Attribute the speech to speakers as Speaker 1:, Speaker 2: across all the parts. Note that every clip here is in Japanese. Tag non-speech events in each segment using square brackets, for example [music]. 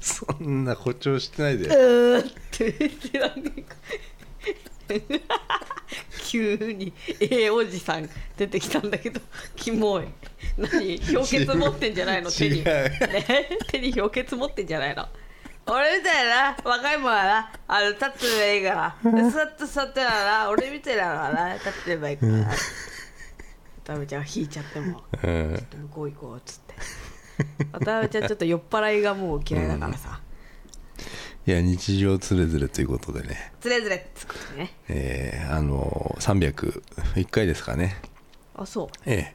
Speaker 1: そんな誇張してないで
Speaker 2: うーって言ってなんか [laughs] 急に A おじさん出てきたんだけどキモい何氷結持ってんじゃないの手に、
Speaker 1: 違う
Speaker 2: ね、手に氷結持ってんじゃないの [laughs] 俺みたいな若いもんはなあの立ってればいいからで座って座ってな俺みたいなのはな立ってればいいから渡辺ちゃんは引いちゃって [laughs] も
Speaker 1: うん
Speaker 2: 向こう行こうっつって渡辺ちゃんちょっと酔っ払いがもう嫌いだからさ、
Speaker 1: いや日常つれづれということでね
Speaker 2: つれづれっつってね
Speaker 1: えー、あの301回ですかね
Speaker 2: あそう
Speaker 1: ええ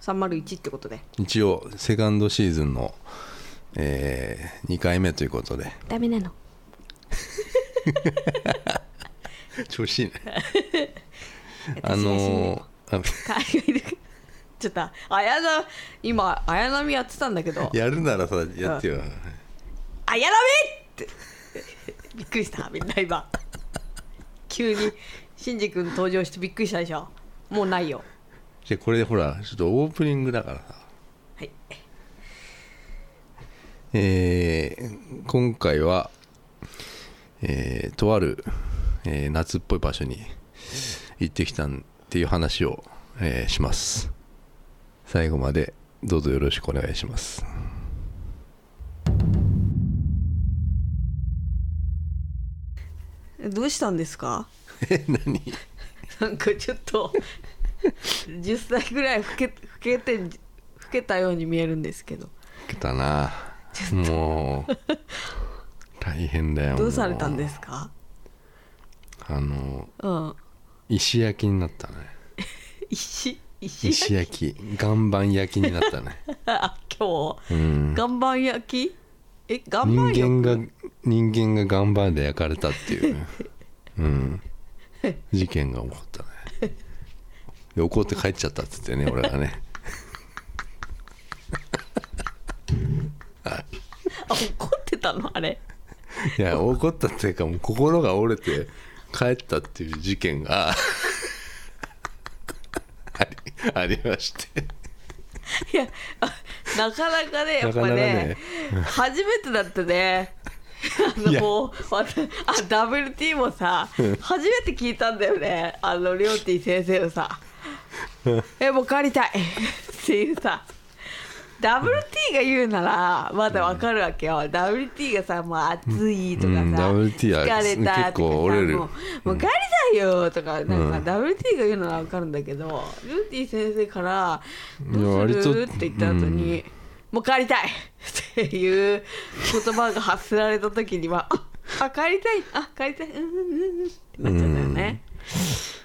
Speaker 2: 301ってことで
Speaker 1: 一応セカンドシーズンの、え2回目ということで
Speaker 2: ダメなの
Speaker 1: 調子いいねあ
Speaker 2: 私が死んで
Speaker 1: の
Speaker 2: も
Speaker 1: ー
Speaker 2: 海外で [laughs] ちょっと綾波今綾波やってたんだけど
Speaker 1: あやるならさやってよ、
Speaker 2: 「綾波!」って [laughs] びっくりしたみんな今急にシンジ君登場してびっくりしたでしょもうないよ
Speaker 1: じゃあこれでほらちょっとオープニングだからさ
Speaker 2: はい
Speaker 1: えー今回は、えーとある、えー夏っぽい場所に行ってきたんっていう話を、えーします最後までどうぞよろしくお願いします [laughs]
Speaker 2: どうしたんですか
Speaker 1: え何
Speaker 2: なんかちょっと10歳ぐらい老け老けてん老けたように見えるんですけど
Speaker 1: 来たなもう大変だよ
Speaker 2: どうされたん
Speaker 1: も
Speaker 2: ですか
Speaker 1: うあの
Speaker 2: うん
Speaker 1: 石焼きになったね
Speaker 2: 石石焼
Speaker 1: 石
Speaker 2: き
Speaker 1: 焼き岩盤焼きになったね
Speaker 2: あ [laughs] 今日
Speaker 1: うん
Speaker 2: 岩盤焼きえ岩盤焼き
Speaker 1: 人間が人間が岩盤で焼かれたっていうね、うん、事件が起こったねで怒って帰っちゃったっつってね俺がね
Speaker 2: あ怒ってたのあれ
Speaker 1: いや怒ったっていうかもう心が折れて帰ったっていう事件が [laughs] ありありまして
Speaker 2: いやあなかなかねやっぱね初めてだったねあ
Speaker 1: い
Speaker 2: の
Speaker 1: や
Speaker 2: もうわたあ WT もさ初めて聞いたんだよねあのりょうてぃ先生のさ「えもう帰りたい」っていうさ WT が言うならまだわかるわけよ、WT がさ「もう暑い」とかさ、
Speaker 1: うん WT は
Speaker 2: 疲れたとかさ
Speaker 1: 結構折れる
Speaker 2: もう [laughs] もう帰りたいよとかなんか WT が言うのはわかるんだけど、りょうてぃ先生から「どうす
Speaker 1: いや割
Speaker 2: る?」っ
Speaker 1: と
Speaker 2: て言った後に「もう帰りたい!」 [laughs] っていう言葉が発せられた時には「ああ帰りたいあ帰りたいうんうんうんうん」ってなっちゃうんだよね。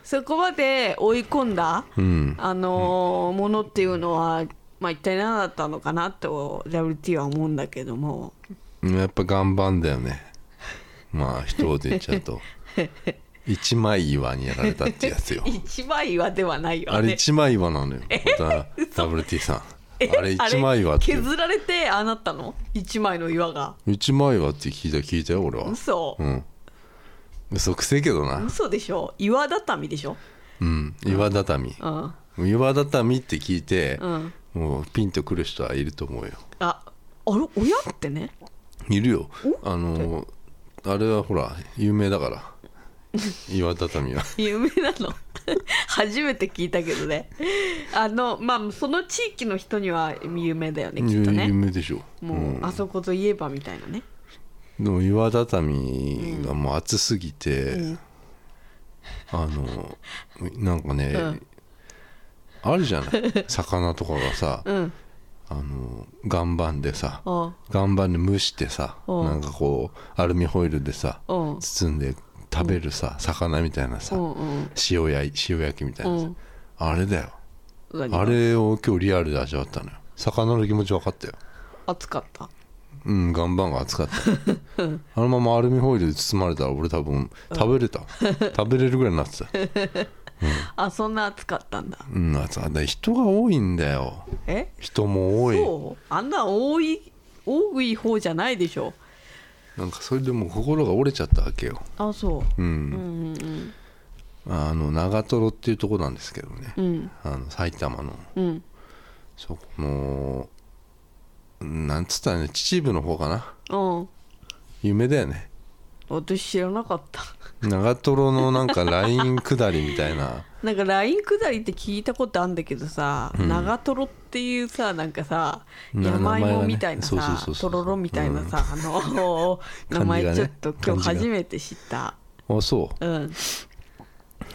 Speaker 2: そこまで追い込んだ、
Speaker 1: ん
Speaker 2: あのーものっていうのは、まあ、一体何だったのかなと WT は思うんだけども
Speaker 1: やっぱ岩盤だよねまあ一言言っちゃうと一枚岩にやられたってやつよ
Speaker 2: 一枚岩ではないよ
Speaker 1: あれ一枚岩なのよまた WT さんあれ一枚岩
Speaker 2: は
Speaker 1: って
Speaker 2: 削られてああなったの一枚の岩が
Speaker 1: 一枚岩って聞いた聞いたよ俺は
Speaker 2: 嘘、
Speaker 1: うん嘘くせえけどな
Speaker 2: 嘘でしょ岩畳でしょ
Speaker 1: うん岩畳
Speaker 2: うん
Speaker 1: 岩畳って聞いて
Speaker 2: うん
Speaker 1: もうピンとくる人はいると思うよ
Speaker 2: ああれ親ってね
Speaker 1: いるよあのあれはほら有名だから
Speaker 2: [laughs]
Speaker 1: 岩畳は
Speaker 2: 有名なの [laughs] 初めて聞いたけどねあのまあその地域の人には有名だよねきっ
Speaker 1: 有
Speaker 2: とね
Speaker 1: 名でしょ
Speaker 2: もう、あそこといえばみたいなね
Speaker 1: でも岩畳がもう熱すぎて、あのなんかね、
Speaker 2: ん
Speaker 1: あるじゃない魚とかがさ、
Speaker 2: うん
Speaker 1: あの岩盤でさ
Speaker 2: あ
Speaker 1: 岩盤で蒸してさ
Speaker 2: うん
Speaker 1: なんかこうアルミホイルでさ
Speaker 2: うん
Speaker 1: 包んで食べるさ魚みたいなさ
Speaker 2: うんうん
Speaker 1: 塩焼い塩焼きみたいなさ
Speaker 2: うん
Speaker 1: あれだよ
Speaker 2: 何が
Speaker 1: あれを今日リアルで味わったのよ魚の気持ち分かったよ
Speaker 2: 暑かった
Speaker 1: うん岩盤が熱かったあのままアルミホイルで包まれたら俺多分食べれた、食べれるぐらいになってた
Speaker 2: あそんな暑かったんだ
Speaker 1: うん熱かった人が多いんだよ
Speaker 2: え
Speaker 1: 人も多い
Speaker 2: そうあんな多い多い方じゃないでしょ
Speaker 1: なんかそれでもう心が折れちゃったわけよ、
Speaker 2: あそうううんんうん
Speaker 1: あの長瀞っていうとこなんですけどね、
Speaker 2: うん
Speaker 1: あの埼玉の
Speaker 2: うん
Speaker 1: そこのなんつったらね秩父の方かな
Speaker 2: うん
Speaker 1: 夢だよね
Speaker 2: 私知らなかった [laughs]
Speaker 1: 長瀞のなんかライン下りみたい
Speaker 2: [laughs]
Speaker 1: な
Speaker 2: なんかライン下りって聞いたことあんだけどさ、長トロっていうさなんかさ
Speaker 1: な
Speaker 2: 山
Speaker 1: 名前は
Speaker 2: 芋
Speaker 1: ね
Speaker 2: みたいな
Speaker 1: そうそう
Speaker 2: さ
Speaker 1: そうそ
Speaker 2: と
Speaker 1: う
Speaker 2: ろろみたいなさ、あの [laughs] 名前ちょっと
Speaker 1: 感じがね
Speaker 2: 今日初めて知った、
Speaker 1: あそう
Speaker 2: うん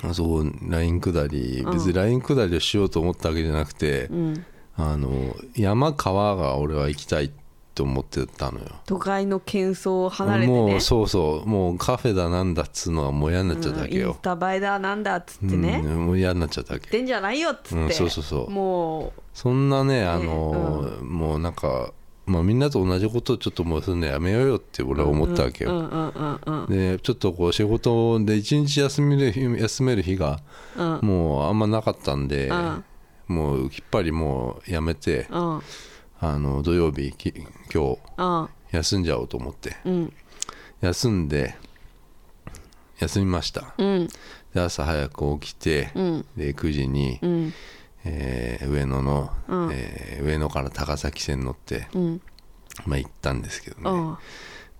Speaker 1: あそうライン下り別にライン下りをしようと思ったわけじゃなくて、
Speaker 2: うん
Speaker 1: あの山川が俺は行きたいと思ってたのよ
Speaker 2: 都会の喧騒を離れてね
Speaker 1: もうそうそうもうカフェだなんだっつうのはもう嫌になっちゃったわけ
Speaker 2: うんイン
Speaker 1: よ
Speaker 2: ス、タ映えだなんだっつってね、
Speaker 1: うんもう嫌になっちゃったわけ
Speaker 2: でんじゃないよっつって、
Speaker 1: うんそうそうそう
Speaker 2: も
Speaker 1: そんなねあの、もうなんか、まあ、みんなと同じことをちょっともうするのやめようよって俺は思ったわけ
Speaker 2: うう
Speaker 1: よ、
Speaker 2: んうんうんうん
Speaker 1: でちょっとこう仕事で一日休める日休める日が
Speaker 2: うん
Speaker 1: もうあんまなかったんで、
Speaker 2: うん
Speaker 1: もうきっぱりもうやめて、
Speaker 2: うんうん
Speaker 1: あの土曜日き今日
Speaker 2: うん
Speaker 1: 休んじゃおうと思って
Speaker 2: うん
Speaker 1: 休んで休みました
Speaker 2: うん
Speaker 1: で朝早く起きて、
Speaker 2: うん
Speaker 1: で9時に、
Speaker 2: うん
Speaker 1: えー上野の、
Speaker 2: うん
Speaker 1: えー上野から高崎線乗って、
Speaker 2: うん
Speaker 1: まあ、行ったんですけどね、
Speaker 2: うん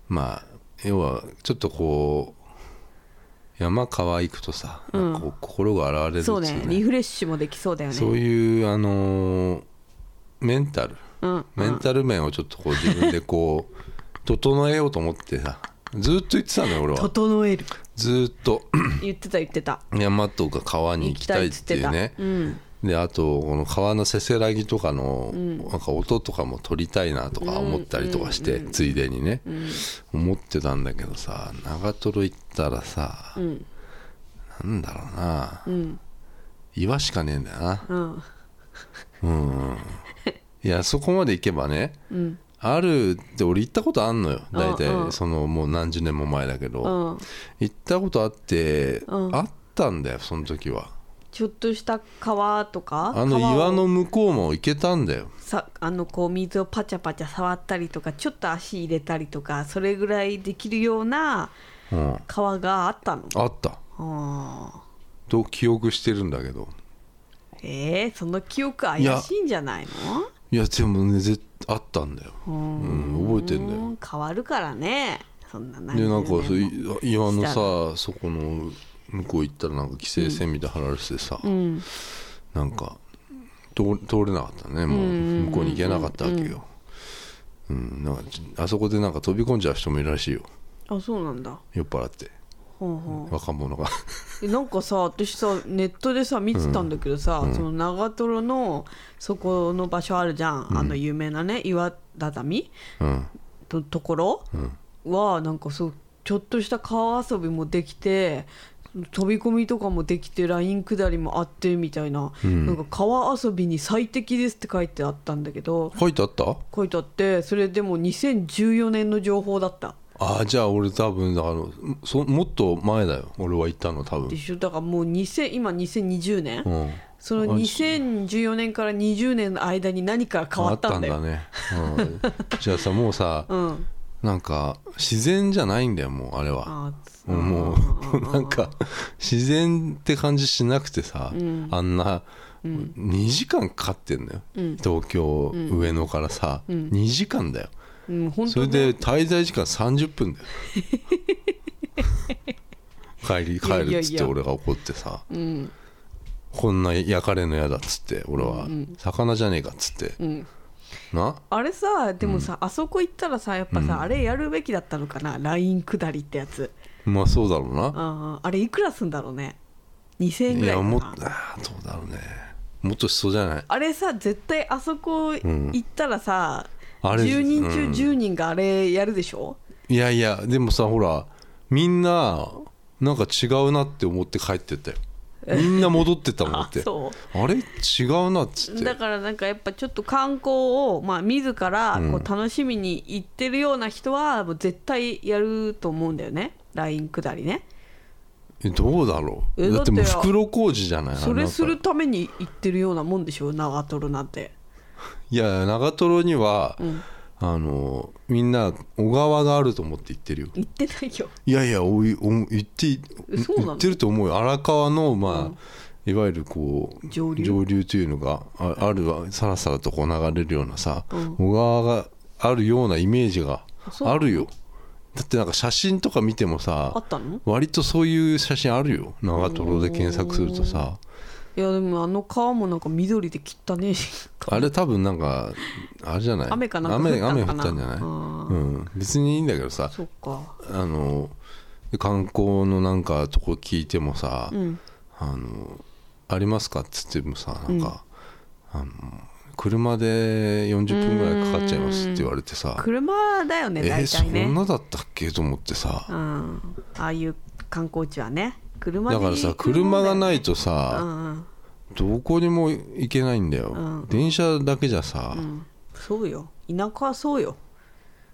Speaker 1: まあ要はちょっとこう山川行くとさ、
Speaker 2: うん
Speaker 1: なんかこう心が洗われるってい
Speaker 2: そうう
Speaker 1: ね
Speaker 2: ねリフレッシュもできそうだよね
Speaker 1: そういうあのーメンタル
Speaker 2: うん
Speaker 1: メンタル面をちょっとこう自分でこ [laughs] う整えようと思ってさずっと言ってたのよ俺は
Speaker 2: 整える
Speaker 1: ずっと
Speaker 2: 言ってた言ってた
Speaker 1: 山とか川に行きたいっていうね
Speaker 2: うん
Speaker 1: であとこの川のせせらぎとかのなんか音とかも撮りたいなとか思ったりとかして、ついでにね、思ってたんだけどさ長瀞行ったらさ、
Speaker 2: ん
Speaker 1: なんだろうな
Speaker 2: うん
Speaker 1: 岩しかねえんだよな
Speaker 2: うん
Speaker 1: うんいやそこまで行けばね
Speaker 2: うん
Speaker 1: あるって俺行ったことあんのよ大
Speaker 2: うんう
Speaker 1: 体
Speaker 2: ん
Speaker 1: そのもう何十年も前だけど、
Speaker 2: うん
Speaker 1: 行ったことあって、
Speaker 2: うん
Speaker 1: あったんだよその時は
Speaker 2: ちょっとした川とか
Speaker 1: あの
Speaker 2: 川を
Speaker 1: 岩の向こうも行けたんだよ
Speaker 2: さあのこう水をパチャパチャ触ったりとかちょっと足入れたりとかそれぐらいできるような
Speaker 1: うん
Speaker 2: 川があったの
Speaker 1: あった
Speaker 2: あ
Speaker 1: と記憶してるんだけど
Speaker 2: ーえー、その記憶怪しいんじゃないの
Speaker 1: いやでもね絶あったんだよ、うん、覚えてんだよ
Speaker 2: よ変わるからねそんな何
Speaker 1: で
Speaker 2: 十
Speaker 1: な
Speaker 2: 年
Speaker 1: んか
Speaker 2: も
Speaker 1: そうい岩の
Speaker 2: した
Speaker 1: さそこの向こう行ったらなんか規制線みたいなの張られててさ、
Speaker 2: うん
Speaker 1: なんか通通れなかったねもう向こうに行けなかったわけようんなんかちあそこでなんか飛び込んじゃう人もいるらしいよ
Speaker 2: あそうなんだ
Speaker 1: 酔っ払って
Speaker 2: ほうほう
Speaker 1: 若者が [laughs]
Speaker 2: えなんかさ私さネットでさ見てたんだけどさ、その長瀞のそこの場所あるじゃん、あの有名なね岩畳
Speaker 1: うん
Speaker 2: とところはなんかそうちょっとした川遊びもできて飛び込みとかもできてライン下りもあってみたいな、なんか川遊びに最適ですって書いてあったんだけど
Speaker 1: 書いてあった
Speaker 2: 書いてあってそれでも2014年の情報だった
Speaker 1: ああじゃあ俺多分だからそもっと前だよ俺は行ったの多
Speaker 2: で
Speaker 1: 分
Speaker 2: しょだからもう2000今2020年、
Speaker 1: うん
Speaker 2: その2014年から20年の間に何か変わったんだよ。
Speaker 1: あったんだね、うん、じゃあさもうさ、
Speaker 2: うん、
Speaker 1: なんか自然じゃないんだよもうあれは
Speaker 2: あ
Speaker 1: もうなんか自然って感じしなくてさ、あんな2時間かかってんだよ、東京上野からさ、2時間だよ
Speaker 2: うん、本
Speaker 1: そ
Speaker 2: 当
Speaker 1: れ
Speaker 2: ね
Speaker 1: で滞在時間30分だ [laughs] よ帰り帰るっつって俺が怒ってさ
Speaker 2: うん
Speaker 1: こんな焼かれんの嫌だっつって俺は魚じゃねえかっつって、
Speaker 2: ん
Speaker 1: な
Speaker 2: あれさでもさ、あそこ行ったらさやっぱさ、あれやるべきだったのかなライン下りってやつ
Speaker 1: まあそうだろうな
Speaker 2: ああれいくらすんだろうね2000円
Speaker 1: い
Speaker 2: ぐらい
Speaker 1: や
Speaker 2: か
Speaker 1: もっ
Speaker 2: な
Speaker 1: とあーどうだろうねもっとしそうじゃない
Speaker 2: あれさ絶対あそこ行ったらさ、
Speaker 1: あれ
Speaker 2: 10人中
Speaker 1: うん
Speaker 2: 10人があれやるでしょ、
Speaker 1: いやいやでもさほらみんななんか違うなって思って帰ってったよみんな戻ってったもんだ
Speaker 2: あ
Speaker 1: って
Speaker 2: そう
Speaker 1: あれ違うなっつって
Speaker 2: だからなんかやっぱちょっと観光を、まあ、自らこう楽しみに行ってるような人はもう絶対やると思うんだよねライン下りね
Speaker 1: えどうだろ
Speaker 2: え
Speaker 1: うだってもう
Speaker 2: だって
Speaker 1: 袋小路じゃない
Speaker 2: そ
Speaker 1: な
Speaker 2: れ
Speaker 1: んか
Speaker 2: するために行ってるようなもんでしょ長瀞なんて
Speaker 1: いや長瀞には、あのみんな小川があると思って行ってるよ
Speaker 2: 行ってないよ
Speaker 1: いやいやおいお言ってい
Speaker 2: えそうなの
Speaker 1: 言ってると思うよ荒川のまあ、いわゆるこう
Speaker 2: 上流
Speaker 1: というのがああるわさらさらとこう流れるようなさ、小川があるようなイメージが
Speaker 2: そう
Speaker 1: あるよだってなんか写真とか見ても
Speaker 2: あ
Speaker 1: さ
Speaker 2: ったの
Speaker 1: 割とそういう写真あるよ長瀞で検索するとさ
Speaker 2: いやでもあの川もなんか緑で切ったね
Speaker 1: [laughs]
Speaker 2: えし
Speaker 1: あれ多分なんかあれじゃない
Speaker 2: 雨かなんか
Speaker 1: 雨雨降
Speaker 2: 降
Speaker 1: っ
Speaker 2: ったんかな
Speaker 1: たんじゃない、
Speaker 2: あ
Speaker 1: う
Speaker 2: ー
Speaker 1: ん、別にいいんだけどさ
Speaker 2: そっか
Speaker 1: あの観光のなんかとこ聞いてもさ、
Speaker 2: うん
Speaker 1: あのありますかっつってもさなんか、あの車で40分ぐらいかかっちゃいますって言われてさ、
Speaker 2: 車だよね
Speaker 1: え
Speaker 2: 大
Speaker 1: ーそ
Speaker 2: 体ね、
Speaker 1: んなだったっけと思ってさ
Speaker 2: うん、ああいう観光地はね車で
Speaker 1: だからさ車がないいと
Speaker 2: う
Speaker 1: さ、
Speaker 2: んうん
Speaker 1: どこにも行けないんだよ、
Speaker 2: うん
Speaker 1: 電車だけじゃさ、
Speaker 2: うんそうよ田舎はそうよ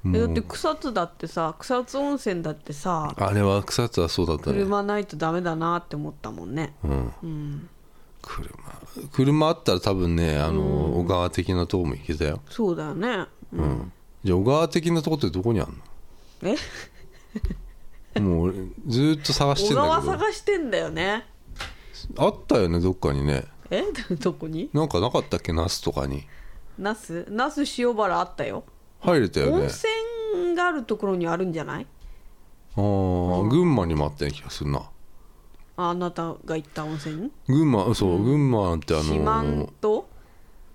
Speaker 2: え
Speaker 1: も
Speaker 2: だ
Speaker 1: う
Speaker 2: って草津だってさ草津温泉だってさ
Speaker 1: あれは草津はそうだったね
Speaker 2: 車ないとダメだなって思ったもんね
Speaker 1: うん、
Speaker 2: うん
Speaker 1: 車車あったら多分ねあの、小川的なとこも行けたよ、
Speaker 2: そうだよね、
Speaker 1: うんじゃあ小川的なとこってどこにあんの
Speaker 2: え
Speaker 1: もう俺ずーっと探して
Speaker 2: 小
Speaker 1: んだ
Speaker 2: 川
Speaker 1: けど
Speaker 2: 探してんだよね
Speaker 1: あったよねどっかにね
Speaker 2: え [laughs] どこに
Speaker 1: なんかなかったっけ那須とかに
Speaker 2: 那須那須塩原あったよ
Speaker 1: 入れたよ
Speaker 2: 温
Speaker 1: ね
Speaker 2: 泉があるところにあるんじゃない
Speaker 1: あー群馬にもあったような気がするな
Speaker 2: あなたが行った温泉
Speaker 1: 群馬そう群馬ってあの
Speaker 2: 四万と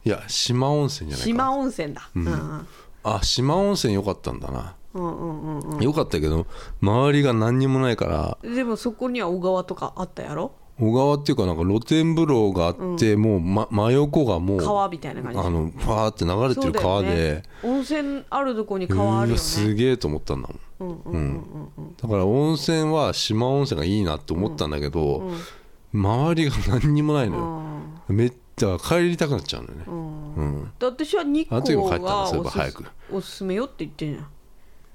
Speaker 1: いや四万温泉じゃない
Speaker 2: 四
Speaker 1: か
Speaker 2: 万温泉だ、うんうん、
Speaker 1: あ四万温泉良かったんだな
Speaker 2: うんうんうんうん
Speaker 1: 良かったけど周りが何にもないから
Speaker 2: でもそこには小川とかあったやろ
Speaker 1: 小川っていうかなんか露天風呂があってもうま真横がもう
Speaker 2: 川みたいな感じ
Speaker 1: あのファーって流れて
Speaker 2: そう
Speaker 1: る
Speaker 2: だ
Speaker 1: 川
Speaker 2: よね
Speaker 1: で
Speaker 2: 温泉あるとこに
Speaker 1: う
Speaker 2: 川ある
Speaker 1: ー
Speaker 2: よ
Speaker 1: わす
Speaker 2: ね
Speaker 1: げえと思ったんだもん
Speaker 2: うんうんうんうんうん
Speaker 1: だから温泉は島温泉がいいなって思ったんだけど、周りが何にもないのよ、めっちゃ帰りたくなっちゃうんだよね、
Speaker 2: うん
Speaker 1: うん、
Speaker 2: だって私は日
Speaker 1: あの時
Speaker 2: 光
Speaker 1: も帰った
Speaker 2: が
Speaker 1: な
Speaker 2: お
Speaker 1: そういえば
Speaker 2: す
Speaker 1: 早
Speaker 2: す
Speaker 1: く
Speaker 2: おすすめよって言ってんじゃん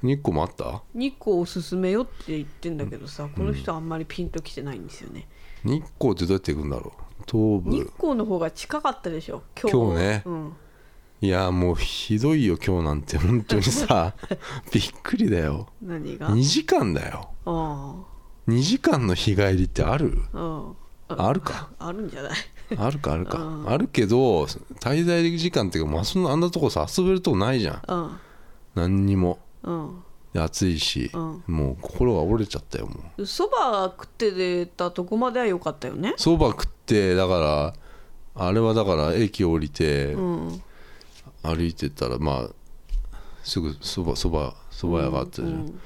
Speaker 1: 日光もあった
Speaker 2: 日光おすすめよって言ってんだけどさこの人あんまりピンときてないんですよね
Speaker 1: 日光ってどうやって行くんだろう東
Speaker 2: 日
Speaker 1: 部
Speaker 2: 光の方が近かったでしょ今
Speaker 1: 今日ね
Speaker 2: うん
Speaker 1: いやもうひどいよ今日なんて本当に
Speaker 2: [laughs]
Speaker 1: さびっくりだよ
Speaker 2: 何が
Speaker 1: 2時間だよ
Speaker 2: あ
Speaker 1: 2時間の日帰りってある
Speaker 2: あうんあ
Speaker 1: あるか
Speaker 2: [laughs] あるんじゃない
Speaker 1: あるかあるかあるけど滞在時間っていうかもうそんなあんなとこさ遊べるとこないじゃん
Speaker 2: うん
Speaker 1: 何にも
Speaker 2: うん
Speaker 1: で暑いし、
Speaker 2: うん
Speaker 1: もう心が折れちゃったよもう
Speaker 2: そば食ってたとこまでは良かったよね
Speaker 1: そば食ってだからあれはだから駅降りて
Speaker 2: うん
Speaker 1: 歩いてたらまあすぐそばそばそば屋があったじゃん、
Speaker 2: うん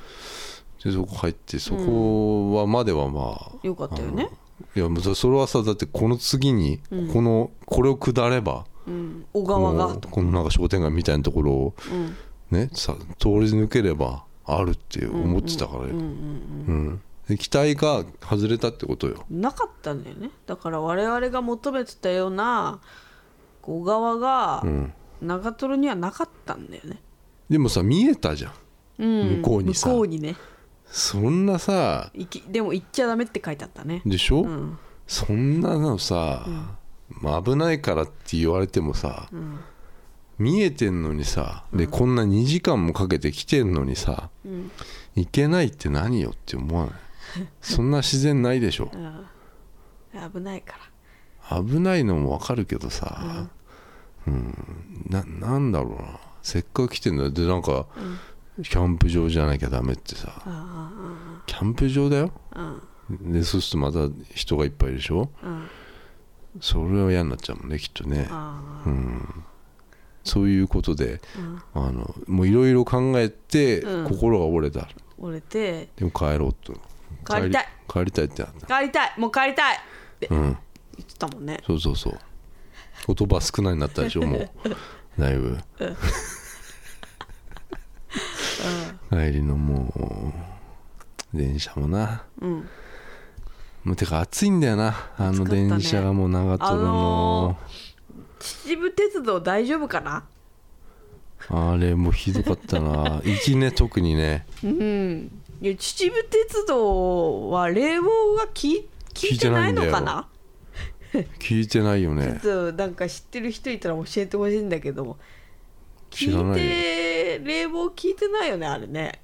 Speaker 1: でそこ入ってそこはまではまあ、
Speaker 2: よかったよね
Speaker 1: いやもうそれはさだってこの次にこの、これを下れば
Speaker 2: うん小
Speaker 1: こ
Speaker 2: 川が
Speaker 1: のこのなんか商店街みたいなところを
Speaker 2: うん
Speaker 1: ねさ通り抜ければあるって思ってたからよ、
Speaker 2: うんうん
Speaker 1: うんで期待が外れたってことよ
Speaker 2: うんなかったんだよねだから我々が求めてたような小川が
Speaker 1: うん
Speaker 2: 長瀞にはなかったんだよね、
Speaker 1: でもさ見えたじゃん
Speaker 2: う
Speaker 1: 向
Speaker 2: ん
Speaker 1: こうにさ
Speaker 2: 向こうにね
Speaker 1: そんなさ
Speaker 2: 行きでも行っちゃダメって書いてあったね
Speaker 1: でしょ、
Speaker 2: うん
Speaker 1: そんなのさ、まあ危ないからって言われてもさ、
Speaker 2: ん
Speaker 1: 見えてんのにさでこんな2時間もかけて来てんのにさ、
Speaker 2: うん
Speaker 1: 行けないって何よって思
Speaker 2: [laughs]
Speaker 1: わないそんな自然ないでしょ
Speaker 2: うん危ないから
Speaker 1: 危ないのもわかるけどさ、うんななんだろうなせっかく来てんだよでなんか、キャンプ場じゃなきゃダメってさ
Speaker 2: あ
Speaker 1: キャンプ場だよ
Speaker 2: あうん
Speaker 1: でそうするとまた人がいっぱいいるでしょ
Speaker 2: うん
Speaker 1: それは嫌になっちゃうもんねきっとね
Speaker 2: あ
Speaker 1: そういうことで
Speaker 2: あ、うん、
Speaker 1: あのもういろいろ考えて、
Speaker 2: うん
Speaker 1: 心が折れた
Speaker 2: 折れて
Speaker 1: でも帰ろうと
Speaker 2: 帰りたい
Speaker 1: 帰り帰りたいってなっ
Speaker 2: 帰りたいもう帰りたいって
Speaker 1: たうん
Speaker 2: 言ってたもんね
Speaker 1: そうそうそう言葉少ないになったでしょ
Speaker 2: [laughs]
Speaker 1: もうだいぶ帰りのもう電車もな
Speaker 2: うん
Speaker 1: もうてか暑いんだよなあの
Speaker 2: 暑かったね
Speaker 1: 電車がもう長
Speaker 2: あ
Speaker 1: 瀞
Speaker 2: の
Speaker 1: の
Speaker 2: 秩父鉄道大丈夫かな
Speaker 1: あれもうひどかったな行きね特にね
Speaker 2: うんいや秩父鉄道は冷房がき効いてないのかな
Speaker 1: 聞いてないよね
Speaker 2: ちょっとなんか知ってる人いたら教えてほしいんだけども
Speaker 1: 知ら
Speaker 2: 聞
Speaker 1: な
Speaker 2: い
Speaker 1: いよ
Speaker 2: て冷房効いてないよねあれね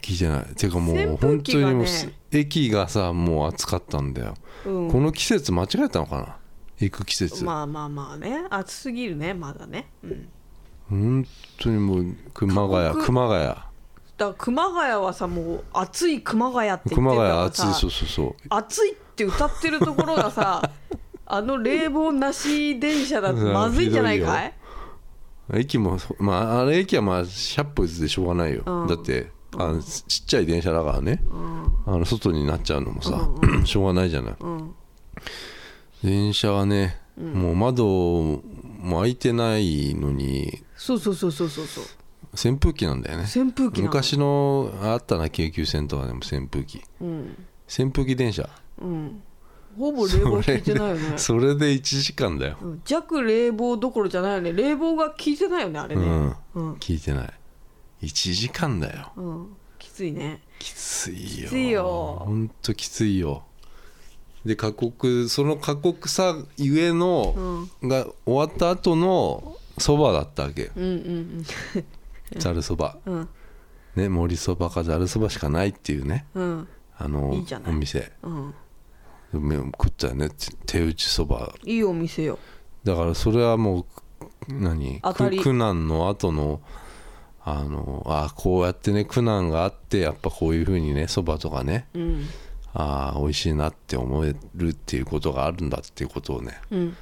Speaker 1: 聞いてないてかもう
Speaker 2: 扇風
Speaker 1: 本
Speaker 2: 機
Speaker 1: 当
Speaker 2: がね
Speaker 1: にもうす駅がさもう暑かったんだよ、
Speaker 2: うん
Speaker 1: この季節間違えたのかな行く季節、
Speaker 2: まあまあまあね暑すぎるねまだねうん
Speaker 1: 本当にもう熊
Speaker 2: 過
Speaker 1: 谷
Speaker 2: 酷
Speaker 1: 熊谷
Speaker 2: だから熊谷はさもう暑い熊谷って言って
Speaker 1: 熊
Speaker 2: るか
Speaker 1: 谷
Speaker 2: ら
Speaker 1: 暑
Speaker 2: さ
Speaker 1: いそうそうそう
Speaker 2: 暑いって歌ってるところが
Speaker 1: [laughs]
Speaker 2: さあの冷房なし電車だとまずいんじゃないかい
Speaker 1: 駅もそまああれ駅はまあシャップでしょうがないよ、
Speaker 2: うん
Speaker 1: だってあのちちっちゃい電車だからね、あの外になっちゃうのもさ、 [clears throat] しょうがないじゃない
Speaker 2: うん
Speaker 1: 電車はね、もう窓も開いてないのに
Speaker 2: そうそうそうそうそうそう
Speaker 1: 扇風機なんだよね
Speaker 2: 扇風機なの
Speaker 1: 昔のあったな京急線とかでも扇風機
Speaker 2: うん
Speaker 1: 扇風機電車
Speaker 2: うんほぼ冷房効いてないよね
Speaker 1: それで1時間だよ、
Speaker 2: うん弱冷房どころじゃないよね冷房が効いてないよねあれ
Speaker 1: う
Speaker 2: ね
Speaker 1: ん
Speaker 2: うん
Speaker 1: 聞いてない1時間だよ
Speaker 2: うんきついね
Speaker 1: きついよ
Speaker 2: きついよ
Speaker 1: ほんときついよで過酷その過酷さゆえの、が終わった後のそばだったわけ
Speaker 2: うんうん
Speaker 1: ざるそば
Speaker 2: うん
Speaker 1: ね森そばかざるそばしかないっていうね
Speaker 2: うん
Speaker 1: あの
Speaker 2: いいじゃない
Speaker 1: お店
Speaker 2: うん
Speaker 1: め食ったよねて手打ちそば
Speaker 2: いいお店よ
Speaker 1: だからそれはもう何
Speaker 2: 当たり
Speaker 1: 苦苦難の後のあのあこうやってね苦難があってやっぱこういうふうにねそばとかね
Speaker 2: うん
Speaker 1: ああ美味しいなって思えるっていうことがあるんだっていうことをね
Speaker 2: うん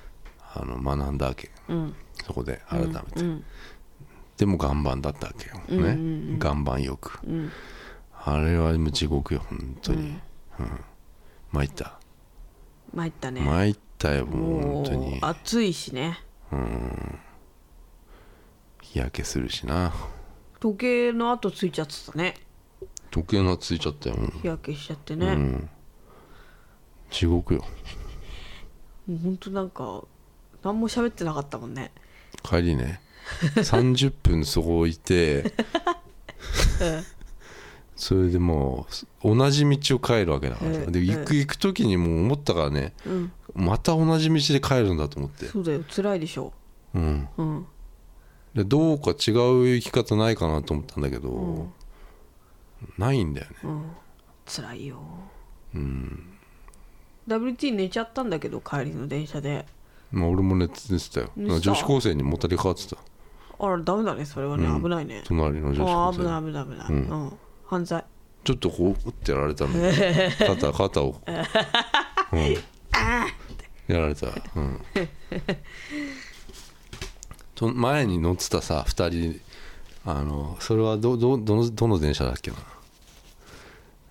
Speaker 1: あの学んだわけ
Speaker 2: うん
Speaker 1: そこで改めて、
Speaker 2: うん
Speaker 1: でも岩盤だったわけよ、ね
Speaker 2: うんうんうん
Speaker 1: 岩盤浴
Speaker 2: うん
Speaker 1: あれはもう地獄よ本当に、うん参った
Speaker 2: 参ったね
Speaker 1: 参ったよもう
Speaker 2: も
Speaker 1: 本当
Speaker 2: う
Speaker 1: に
Speaker 2: 暑いしね
Speaker 1: 日焼けするしな
Speaker 2: 時計の後ついちゃってたね
Speaker 1: 時計がついちゃったよ、
Speaker 2: 日焼けしちゃって
Speaker 1: う
Speaker 2: ね、
Speaker 1: ん、地獄よ
Speaker 2: もうほんとなんか何も喋ってなかったもんね
Speaker 1: 帰り
Speaker 2: [laughs]
Speaker 1: ね30分そこいてそれでもう同じ道を帰るわけだからさ
Speaker 2: うん
Speaker 1: で行く行く時にもう思ったからね
Speaker 2: うん
Speaker 1: また同じ道で帰るんだと思って、
Speaker 2: そうだよ辛いでしょ
Speaker 1: うん、
Speaker 2: うん
Speaker 1: でどうか違う行き方ないかなと思ったんだけど、
Speaker 2: うん
Speaker 1: ないんだよね
Speaker 2: うん辛いようん WT 寝ちゃったんだけど帰りの電車で
Speaker 1: まあ俺も寝てたよ
Speaker 2: 寝てた
Speaker 1: 女子高生にもたれかわってた
Speaker 2: あらダメだねそれはね、
Speaker 1: うん
Speaker 2: 危ないね
Speaker 1: 隣の女子
Speaker 2: あ
Speaker 1: 高生
Speaker 2: あ危
Speaker 1: に
Speaker 2: ない危ない危ない、
Speaker 1: う
Speaker 2: うんん犯罪
Speaker 1: ちょっとこう打ってやられたの肩肩を、うん、やられた、うん、と前に乗ってたさ2人あのそれはどどどのどの電車だっけな、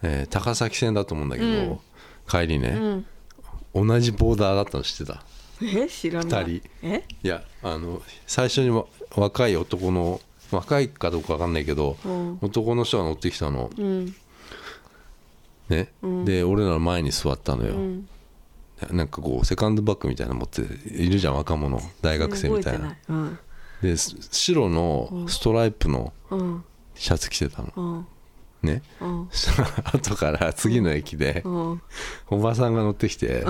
Speaker 1: えー高崎線だと思うんだけど、
Speaker 2: うん
Speaker 1: 帰り
Speaker 2: う
Speaker 1: ね、
Speaker 2: ん [laughs]
Speaker 1: 同じボーダーだったの知ってた
Speaker 2: え知らない
Speaker 1: 二人
Speaker 2: え
Speaker 1: いやあの最初にわ若い男の若いかどうか分かんないけど、
Speaker 2: うん
Speaker 1: 男の人が乗ってきたの、
Speaker 2: うん
Speaker 1: ねで俺らの前に座ったのよ、
Speaker 2: うん
Speaker 1: なんかこうセカンドバッグみたいなの持っているじゃん若者大学生みたいな
Speaker 2: 覚えてない
Speaker 1: です白のストライプの
Speaker 2: うん
Speaker 1: シャツ着てたの
Speaker 2: うん
Speaker 1: ね [laughs]
Speaker 2: うん
Speaker 1: そしたら後から次の駅で
Speaker 2: うん
Speaker 1: おばさんが乗ってきて
Speaker 2: ん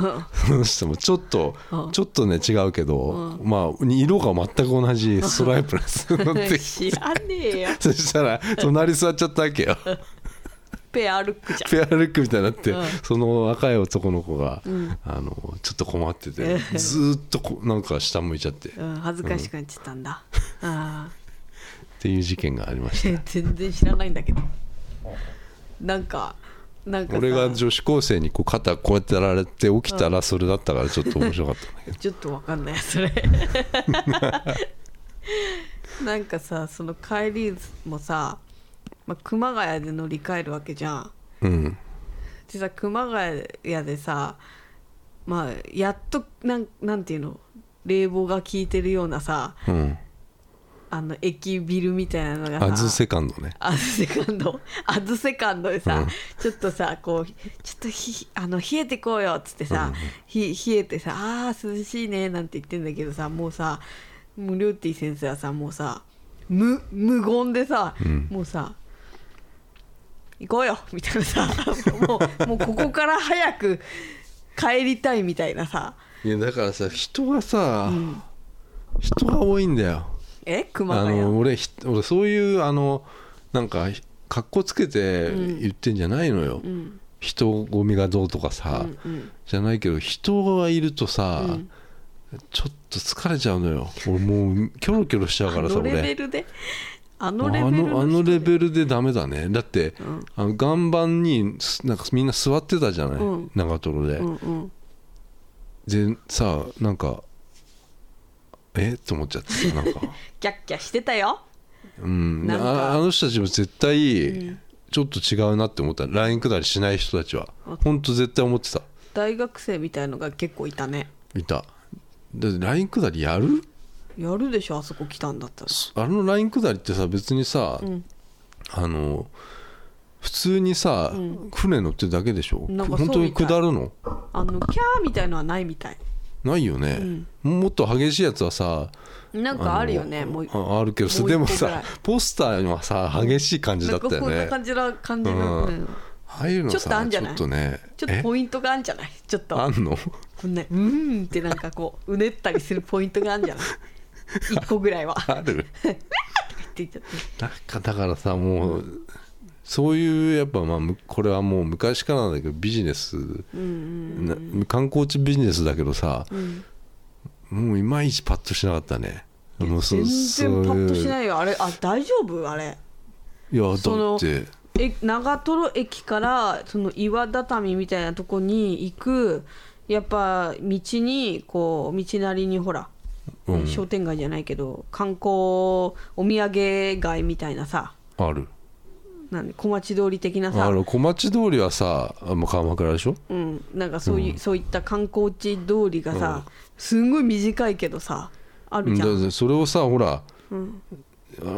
Speaker 1: その人もちょっと
Speaker 2: うん
Speaker 1: ちょっとね違うけどまあ色が全く同じストライプのやつ
Speaker 2: [laughs]
Speaker 1: 乗ってきて
Speaker 2: 知らねえよ
Speaker 1: そしたら隣座っちゃったわけよ
Speaker 2: ペアルックじゃん
Speaker 1: ペアルックみたいになって、
Speaker 2: うん
Speaker 1: その若い男の子が、
Speaker 2: ん
Speaker 1: あのちょっと困っててずーっとこなんか下向いちゃってっ
Speaker 2: うん、恥ずかしくなっちゃったんだ、あ
Speaker 1: ていう事件がありまし
Speaker 2: ー [laughs] 全然知らないんだけどなんかなん
Speaker 1: た
Speaker 2: かさ
Speaker 1: 俺が女子高生にこう肩こうやってやられて起きたらそれだったからちょっと面白かったんだけど
Speaker 2: ちょっとわかんないそれなんかさその帰りもさ、まあ、熊谷で乗り換えるわけじゃん
Speaker 1: うん
Speaker 2: でさ熊谷でさまあやっとなんなんていうの冷房が効いてるようなさ
Speaker 1: うん
Speaker 2: あの駅ビルみたいなのがさ
Speaker 1: アズセカンドね
Speaker 2: アズセカンドアズセカンドでさ、
Speaker 1: うん
Speaker 2: ちょっとさこうちょっとひあの冷えてこうよっつってさ、ひ冷えてさあー涼しいねなんて言ってんだけどさもうさもうりょうてぃ先生はさもうさ無無言でさ、
Speaker 1: ん
Speaker 2: もうさ行こうよみたいなさ [laughs] もうもうここから早く帰りたいみたいなさ
Speaker 1: いやだからさ人がさ、人が多いんだよ
Speaker 2: え熊
Speaker 1: あ
Speaker 2: 谷
Speaker 1: の俺ひ俺そういうあのなんか格好つけて言ってんじゃないのよ、
Speaker 2: うん
Speaker 1: 人混みがどうとかさ、
Speaker 2: うんうん
Speaker 1: じゃないけど人がいるとさ、
Speaker 2: うん
Speaker 1: ちょっと疲れちゃうのよ俺もうキョロキョロしちゃう
Speaker 2: あ
Speaker 1: からさ
Speaker 2: のレベ
Speaker 1: 俺
Speaker 2: ルであ
Speaker 1: あ
Speaker 2: のレベルの人
Speaker 1: のあのレベルでダメだねだって、
Speaker 2: ん
Speaker 1: あの岩盤にすなんかみんな座ってたじゃない、
Speaker 2: うん
Speaker 1: 長瀞で、
Speaker 2: うんうん
Speaker 1: でさなんかえっと思っちゃってさなん
Speaker 2: [laughs]
Speaker 1: か
Speaker 2: キャッキャしてたよ
Speaker 1: うん
Speaker 2: なんか
Speaker 1: ああの人たちも絶対ちょっと違うなって思ったライン下りしない人たちは
Speaker 2: あ
Speaker 1: ほんと絶対思ってた
Speaker 2: 大学生みたいのが結構いたね
Speaker 1: いただってライン下りやる
Speaker 2: やるでしょあそこ来たんだったら
Speaker 1: あのライン下りってさ別にさ、
Speaker 2: ん
Speaker 1: あの普通にさ、船乗ってるだけでしょ
Speaker 2: なんかそう
Speaker 1: 本当に
Speaker 2: みたい
Speaker 1: 下るの
Speaker 2: あのキャーみたいのはないみたい
Speaker 1: ないよね、もっと激しいやつはさ
Speaker 2: なんかあるよねもう
Speaker 1: ああるけどさ
Speaker 2: もう一個
Speaker 1: でも
Speaker 2: ぐら
Speaker 1: さ
Speaker 2: い
Speaker 1: ポスターにはさ激しい感じだ
Speaker 2: な
Speaker 1: った
Speaker 2: んか
Speaker 1: よ
Speaker 2: こんな
Speaker 1: ね
Speaker 2: 感じな感じの、
Speaker 1: うん
Speaker 2: うん
Speaker 1: ああいうの
Speaker 2: ちょっとあ
Speaker 1: さ
Speaker 2: ん
Speaker 1: ち
Speaker 2: じ
Speaker 1: ょ
Speaker 2: ゃない
Speaker 1: っとね
Speaker 2: ちょっと
Speaker 1: え
Speaker 2: ポイントがあるんじゃないちょっと
Speaker 1: あんの
Speaker 2: こんなうーんってなんかこううねったりするポイントがあるんじゃない一個ぐらい
Speaker 1: [laughs]
Speaker 2: は
Speaker 1: ある
Speaker 2: って言っちゃって
Speaker 1: なんかだからさもうそういうやっぱまあむこれはもう昔からなんだけどビジネス、な観光地ビジネスだけどさ、もういまいちパッとしなかったねもうそ
Speaker 2: 全然パッとし
Speaker 1: い
Speaker 2: ないよあれあ大丈夫あれ
Speaker 1: いやだ
Speaker 2: その
Speaker 1: って
Speaker 2: え長瀞駅からその岩畳みたいなとこに行くやっぱ道にこう道なりにほら、
Speaker 1: うん
Speaker 2: 商店街じゃないけど観光お土産街みたいなさ
Speaker 1: ある
Speaker 2: なんで小町通り的な
Speaker 1: あ
Speaker 2: さ
Speaker 1: の小町通りはさあもう鎌倉でしょ
Speaker 2: うん、なんかそういう、そういった観光地通りがさ、すんごい短いけどさあるじゃ
Speaker 1: だ
Speaker 2: ん
Speaker 1: ってそれをさほら、あ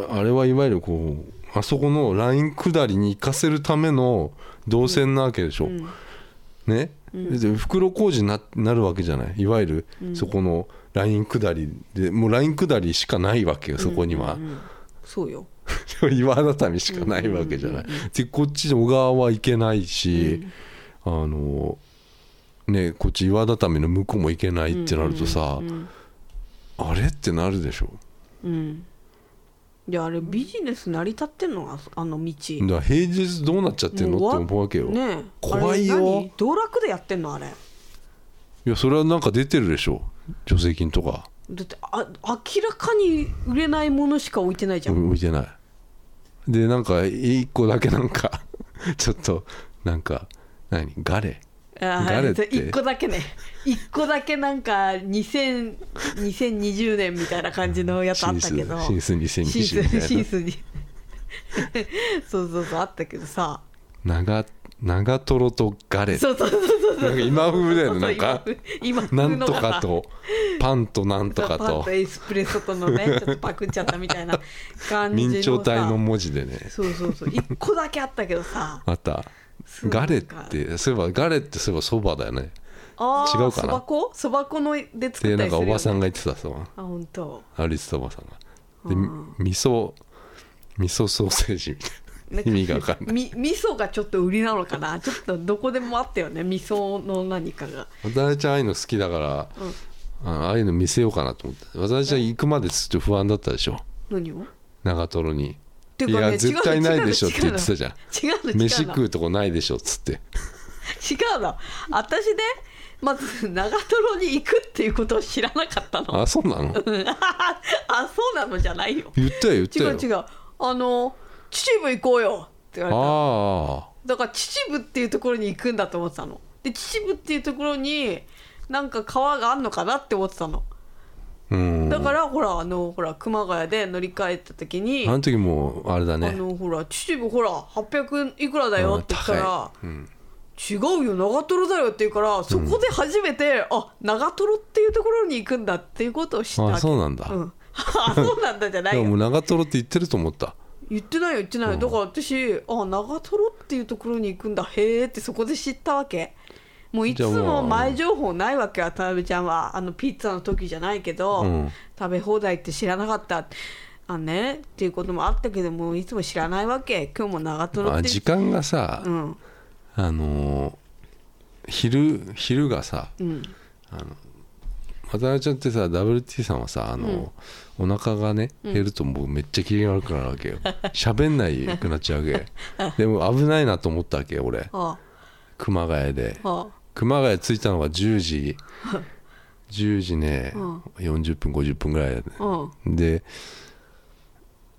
Speaker 1: あれはいわゆるこうあそこのライン下りに行かせるための動線なわけでしょ、ね、で袋小路にななるわけじゃないいわゆるそこのライン下りでもうライン下りしかないわけよそこには、
Speaker 2: そうよ
Speaker 1: [laughs] 岩畳しかないわけじゃない、でこっち小川は行けないし、あのねこっち岩畳の向こうも行けないってなるとさ、あれってなるでしょ
Speaker 2: うんいやあれビジネス成り立ってんのあそあの道
Speaker 1: だから平日どうなっちゃってんのって
Speaker 2: もう終わ
Speaker 1: 思うわけよ、
Speaker 2: ねえ
Speaker 1: 怖いよ
Speaker 2: あれ何道楽でやってんのあれ
Speaker 1: いやそれはなんか出てるでしょ助成金とか
Speaker 2: だってあ明らかに売れないものしか置いてないじゃん、
Speaker 1: 置いてないでなんか一個だけなんか [laughs] ちょっとなんか何ガレ
Speaker 2: あ
Speaker 1: ガレって
Speaker 2: 1個だけね1個だけなんか2000 2020年みたいな感じのやつあったけど
Speaker 1: シンスシンス2020みたいな
Speaker 2: シンスに [laughs] そうそうそうあったけどさ
Speaker 1: 長長トロとガレ
Speaker 2: そうそうそうそう
Speaker 1: なんか今風だよねなんか
Speaker 2: 今風
Speaker 1: な
Speaker 2: 今
Speaker 1: んとかとパンとなんと
Speaker 2: パ
Speaker 1: か
Speaker 2: ン
Speaker 1: と
Speaker 2: とエスプレッソとのねちょっとパクっちゃったみたいな感じのさ
Speaker 1: [laughs] 明朝体の文字でね
Speaker 2: そうそうそう1個だけあったけどさ
Speaker 1: また
Speaker 2: そう
Speaker 1: ガレっ
Speaker 2: なんか
Speaker 1: てそういえばガレってそういえばそばだよね
Speaker 2: [laughs] あー
Speaker 1: 違うかな
Speaker 2: そば粉そば粉ので作
Speaker 1: で
Speaker 2: った
Speaker 1: なんか
Speaker 2: りするよ、ね、
Speaker 1: おばさんが言ってたそう
Speaker 2: あ本当
Speaker 1: 歩いてたおばさんがで、
Speaker 2: うん
Speaker 1: み味噌味噌ソーセージみたいな意味が分か
Speaker 2: [laughs]
Speaker 1: んない
Speaker 2: み味噌がちょっと売りなのかなちょっとどこでもあったよね味噌の何かが
Speaker 1: 渡辺ちゃんああいうの好きだから、あああいうの見せようかなと思って渡辺ちゃん行くまでずっと不安だったでしょ
Speaker 2: 何をっ
Speaker 1: 長瀞に
Speaker 2: て
Speaker 1: い
Speaker 2: いうか
Speaker 1: や
Speaker 2: ね
Speaker 1: 絶対ないでしょって
Speaker 2: 違
Speaker 1: 言
Speaker 2: うの
Speaker 1: ってたじゃん
Speaker 2: [laughs] 違うの違うの
Speaker 1: 飯食うとこないでしょっつって
Speaker 2: 違うの私ねまず長瀞に行くっていうことを知らなかったの
Speaker 1: あそうなの
Speaker 2: うん [laughs] あそうなのじゃないよ
Speaker 1: 言ったよ言っ
Speaker 2: 違
Speaker 1: たよ
Speaker 2: う違うあの秩父行こうよって言われた
Speaker 1: あ
Speaker 2: だから秩父っていうところに行くんだと思ってたので秩父っていうところになんか川があんのかなって思ってたの
Speaker 1: あうん
Speaker 2: だからほらあのほら熊谷で乗り換えた時に、
Speaker 1: あの時もうあれだ
Speaker 2: あ
Speaker 1: ね
Speaker 2: のほら秩父ほら800いくらだよって言ったら、
Speaker 1: うん高いうん
Speaker 2: 違うよ長瀞だよって言うからそこで初めて、あ長瀞っていうところに行くんだっていうことを知ったわ
Speaker 1: あ
Speaker 2: け
Speaker 1: そうなんだ、
Speaker 2: うん [laughs] あそうなんだじゃない
Speaker 1: でもも
Speaker 2: よ
Speaker 1: う長瀞って言ってると思った
Speaker 2: 言ってないよ言ってないよ、だから私あ長瀞っていうところに行くんだへえってそこで知ったわけもういつ
Speaker 1: じゃあまあ
Speaker 2: も前情報ないわけ渡辺ちゃんはあのピッツァの時じゃないけど、
Speaker 1: うん
Speaker 2: 食べ放題って知らなかったあねっていうこともあったけどもういつも知らないわけ今日も長瀞
Speaker 1: あ
Speaker 2: って
Speaker 1: 時間がさ、
Speaker 2: うん
Speaker 1: あのー昼昼がさ
Speaker 2: うん
Speaker 1: 渡辺ちゃんってさ WT さんはさあの、お腹がね減るともうめっちゃ機嫌悪くなるわけ
Speaker 2: [laughs]
Speaker 1: よ喋んないくなっちゃうわけでも危ないなと思ったわけよ俺
Speaker 2: あ
Speaker 1: 熊谷で
Speaker 2: ああ
Speaker 1: 熊谷着いたのが10時
Speaker 2: [laughs]
Speaker 1: 10時ね、
Speaker 2: うん
Speaker 1: 40分50分ぐらいだね
Speaker 2: あうん
Speaker 1: で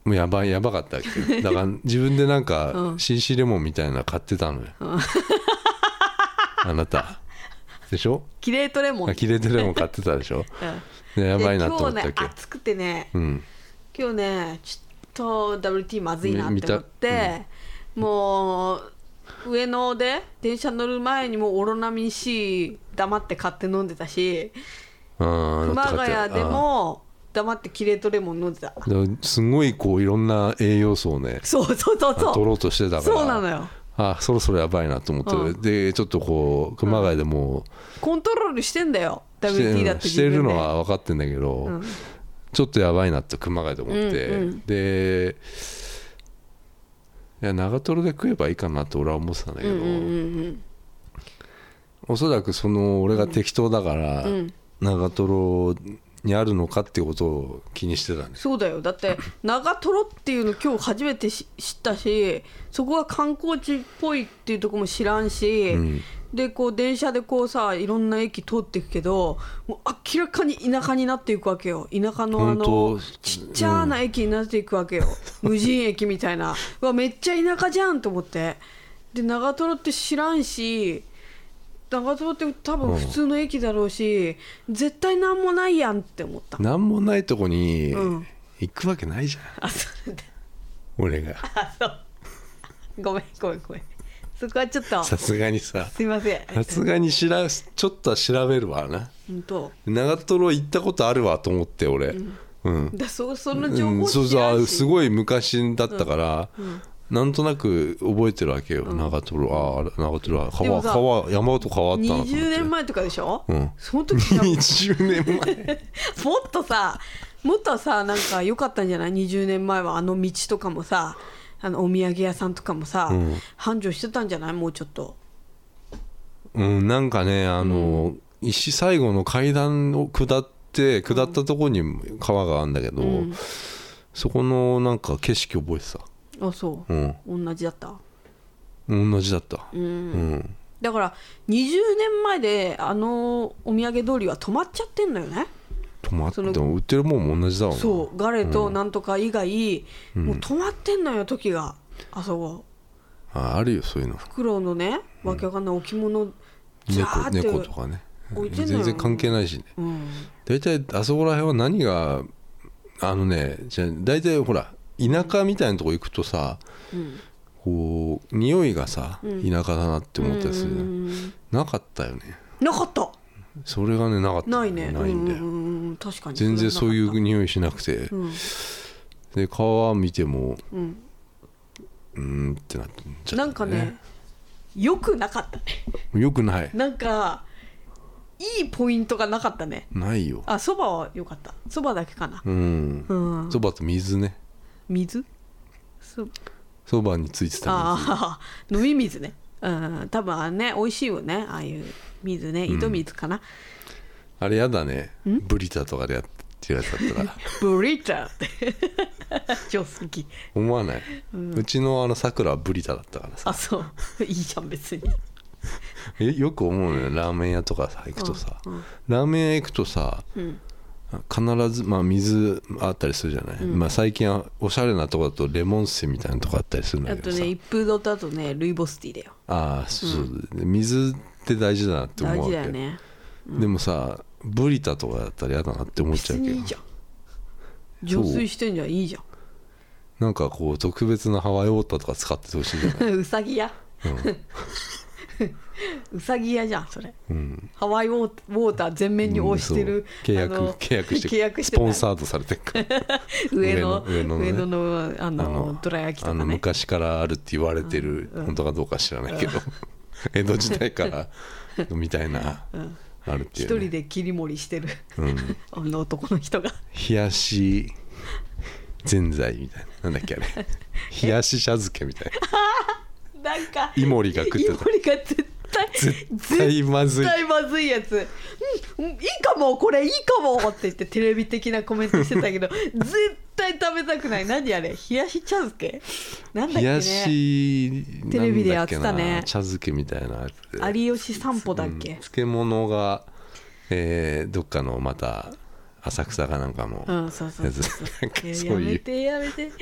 Speaker 1: もうやばいやばかったわ
Speaker 2: [laughs]
Speaker 1: けだから自分でなんか
Speaker 2: うん
Speaker 1: 紳士レモンみたいなの買ってたのよ、 [laughs] あなたでしょ
Speaker 2: キレートレモン、うん、
Speaker 1: 切れてレモン買ってたでし
Speaker 2: [laughs]
Speaker 1: ょでやばいなと思ったわ
Speaker 2: で今日
Speaker 1: け
Speaker 2: ね暑くてね
Speaker 1: うん
Speaker 2: 今日ねちょっと WT まずいなっ
Speaker 1: み見
Speaker 2: て
Speaker 1: た
Speaker 2: 思って、もう上野で電車乗る前にもうオロナミン C 黙って買って飲んでたし
Speaker 1: あー
Speaker 2: 熊
Speaker 1: なって買って
Speaker 2: 谷でも黙ってキレートレモン飲んでた
Speaker 1: あーだからすごいこういろんな栄養素をね
Speaker 2: そうそうそうそう
Speaker 1: 取ろうとしてたから
Speaker 2: そうなのよ
Speaker 1: あそろそろやばいなと思って、
Speaker 2: うん
Speaker 1: でちょっとこう熊谷でも
Speaker 2: コントロールしてんだよ
Speaker 1: うして
Speaker 2: WT だって
Speaker 1: してるのは分かってんだけど、
Speaker 2: うん
Speaker 1: ちょっとやばいなって熊谷で思って、
Speaker 2: うんうん
Speaker 1: でいや長瀞で食えばいいかなって俺は思ってたんだけ
Speaker 2: うん
Speaker 1: ど、
Speaker 2: うんうん
Speaker 1: おそらくその俺が適当だから、
Speaker 2: うんうん
Speaker 1: 長瀞にあるのかってことを気にしてたんです
Speaker 2: そうだよだって長瀞っていうの今日初めてし知ったしそこが観光地っぽいっていうとこも知らんし、
Speaker 1: うん
Speaker 2: でこう電車でこうさいろんな駅通っていくけどもう明らかに田舎になっていくわけよ田舎のあ
Speaker 1: 本当
Speaker 2: のちっちゃな駅になっていくわけよ、無人駅みた
Speaker 1: [laughs]
Speaker 2: いなうわめっちゃ田舎じゃんと思ってで長瀞って知らんし長瀞って多分普通の駅だろうし、絶対なんもないやんって
Speaker 1: [laughs]
Speaker 2: 思った
Speaker 1: なんもないとこに
Speaker 2: うん
Speaker 1: 行くわけないじゃん、
Speaker 2: あそれで
Speaker 1: 俺
Speaker 2: [laughs]
Speaker 1: が
Speaker 2: ごめんごめんごめんそこはちょっと
Speaker 1: さすがにさ
Speaker 2: すいません
Speaker 1: さすがにしらちょっとは調べるわな
Speaker 2: 本当
Speaker 1: 長瀞行ったことあるわと思って俺うん、
Speaker 2: だそその情
Speaker 1: うん
Speaker 2: 報
Speaker 1: そう
Speaker 2: 知
Speaker 1: そう
Speaker 2: らん
Speaker 1: あ
Speaker 2: し
Speaker 1: すごい昔だったから、なんとなく覚えてるわけよ、長瀞ああ長瀞は
Speaker 2: でも
Speaker 1: 川
Speaker 2: さ
Speaker 1: 川山本変わったなと思って
Speaker 2: 20年前とかでしょ、
Speaker 1: うん
Speaker 2: その時さ
Speaker 1: 20年前
Speaker 2: もっとさもっとさなんか良かったんじゃない20年前はあの道とかもさあのお土産屋さんとかもさ、
Speaker 1: うん
Speaker 2: 繁盛してたんじゃないもうちょっと
Speaker 1: うんなんかねあの、石最後の階段を下って下ったとこに川があるんだけど、
Speaker 2: うん
Speaker 1: そこのなんか景色覚えてた
Speaker 2: あそう
Speaker 1: う、ん
Speaker 2: 同じだった
Speaker 1: 同じだった
Speaker 2: うん、
Speaker 1: うん
Speaker 2: だから20年前であのお土産通りは止まっちゃってんのよね
Speaker 1: 止まって
Speaker 2: その
Speaker 1: も売ってるもんも同じだもんな
Speaker 2: そうガレとなんとか以外、もう止まってんのよ時があそこ
Speaker 1: ああるよそういうの
Speaker 2: フクロウのねわけわかんない置物ジャー
Speaker 1: 猫
Speaker 2: って
Speaker 1: 猫とかね
Speaker 2: 置いてんのよ
Speaker 1: 全然関係ないしね
Speaker 2: うん
Speaker 1: 大体あそこら辺は何があのねじゃあ大体ほら田舎みたいなとこ行くとさ
Speaker 2: うん
Speaker 1: こう匂いがさ
Speaker 2: うん
Speaker 1: 田舎だなって思ったりするじゃん
Speaker 2: うん
Speaker 1: なかったよね
Speaker 2: なかった
Speaker 1: それがねなかった
Speaker 2: ないね
Speaker 1: ないんだ
Speaker 2: うんう
Speaker 1: よ
Speaker 2: んうん確かに
Speaker 1: 全然そういう
Speaker 2: れ
Speaker 1: 匂いしなくて
Speaker 2: はなかっ
Speaker 1: で川見ても
Speaker 2: たうん、
Speaker 1: うーんってなっち
Speaker 2: う
Speaker 1: ゃ
Speaker 2: ん、
Speaker 1: う
Speaker 2: なんかねよくなかったね [laughs]
Speaker 1: よくない
Speaker 2: なんかいいポイントがなかったね
Speaker 1: ないよ
Speaker 2: あそばはよかったそばだけかな
Speaker 1: うん
Speaker 2: うん
Speaker 1: そばと水ね
Speaker 2: 水そ
Speaker 1: そばについてた
Speaker 2: ああ飲み水ねうん多分あれね美味しいよねああいう水ね井戸水かな、
Speaker 1: 水あれやだねブリタとかでやってるやつだったら
Speaker 2: ブリターって [laughs] 超好き
Speaker 1: 思わないうちのあのさくらはブリタだったからさ
Speaker 2: あそういいじゃん別に
Speaker 1: えよく思うのよラーメン屋とかさ行くとさ
Speaker 2: うん
Speaker 1: ラーメン屋行くとさ
Speaker 2: うん
Speaker 1: 必ず、まあ、水あったりするじゃない、まあ、最近はおしゃれなとこだとレモン水みたいなとこあったりするんだ
Speaker 2: あ
Speaker 1: けど
Speaker 2: と
Speaker 1: さ
Speaker 2: ね一風堂とあとねルイボスティーだよ
Speaker 1: ああそう、で水って大事だなって思
Speaker 2: 大
Speaker 1: うわ
Speaker 2: 事
Speaker 1: け
Speaker 2: だよね
Speaker 1: でもさブリタとかだったら嫌だなって思っちゃ
Speaker 2: 別
Speaker 1: うけ
Speaker 2: に
Speaker 1: ど
Speaker 2: いいじゃん浄水してんじゃんいいじゃ
Speaker 1: なんかこう特別なハワイウォーターとか使っててほしいんじゃない、
Speaker 2: んうさぎ屋 [laughs] うさぎ屋じゃんそれ
Speaker 1: うん、
Speaker 2: ハワイウォーウォーター全 [laughs] 面に押してる
Speaker 1: そう契
Speaker 2: あの
Speaker 1: 約契約して
Speaker 2: [laughs] 契約し
Speaker 1: ス
Speaker 2: て
Speaker 1: ポ
Speaker 2: な
Speaker 1: ン
Speaker 2: い
Speaker 1: サードされてるから
Speaker 2: 上の
Speaker 1: 上の
Speaker 2: 上
Speaker 1: 上野
Speaker 2: 野のあ
Speaker 1: あの
Speaker 2: のどら焼
Speaker 1: あ
Speaker 2: きとか
Speaker 1: の
Speaker 2: ね
Speaker 1: 昔からあるって言われてる、本当かどうか知らないけど、 [laughs] 江戸時代からみたいな、あるってい
Speaker 2: 一
Speaker 1: う、ね、
Speaker 2: 人で切り盛りしてる
Speaker 1: うん、
Speaker 2: [laughs] あの男の人が
Speaker 1: 冷やしぜんざいみたいななんだっけあ
Speaker 2: [laughs]
Speaker 1: れ冷やし茶漬けみたいな
Speaker 2: なんか
Speaker 1: イモリが食ってた
Speaker 2: イモリが絶対
Speaker 1: 絶対まずい
Speaker 2: [laughs] 絶対まずいやつうん、うん、いいかもこれいいかもって言ってテレビ的なコメントしてたけ
Speaker 1: [laughs]
Speaker 2: ど絶対食べたくない何あれ冷やし茶漬けなんだっ
Speaker 1: 冷
Speaker 2: け
Speaker 1: や
Speaker 2: ね
Speaker 1: し
Speaker 2: テレビでやって
Speaker 1: なんだ
Speaker 2: たね
Speaker 1: っけな茶漬けみたいなやつで
Speaker 2: 有吉散歩だっ
Speaker 1: うん
Speaker 2: け、
Speaker 1: 漬物が、えーどっかのまた浅草かなんかも、
Speaker 2: うんそうそうそうそう
Speaker 1: やつなんか
Speaker 2: え
Speaker 1: そういう
Speaker 2: やめてやめて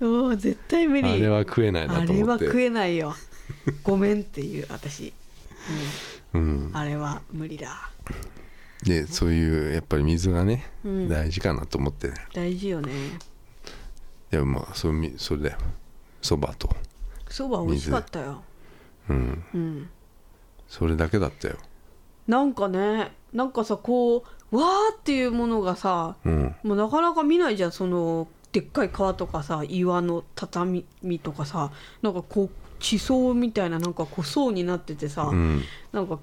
Speaker 2: もう絶対無理
Speaker 1: あれは食えない
Speaker 2: あ
Speaker 1: なと
Speaker 2: れ
Speaker 1: 思
Speaker 2: は
Speaker 1: って
Speaker 2: 食えないよごめんっていう私、
Speaker 1: うん
Speaker 2: うん、、あれは無理だ
Speaker 1: でそういうやっぱり水がね、
Speaker 2: うん
Speaker 1: 大事かなと思って
Speaker 2: 大事よね
Speaker 1: でもまあそれみそれだよそばと
Speaker 2: そば美味しかったよ
Speaker 1: うん
Speaker 2: うん
Speaker 1: それだけだったよ
Speaker 2: なんかねなんかさこうわーっていうものがさ
Speaker 1: うん
Speaker 2: もうなかなか見ないじゃんそのでっかい川とかさ岩の畳とかさなんかこう地層みたいななんかこう層になっててさ、
Speaker 1: うん
Speaker 2: なんか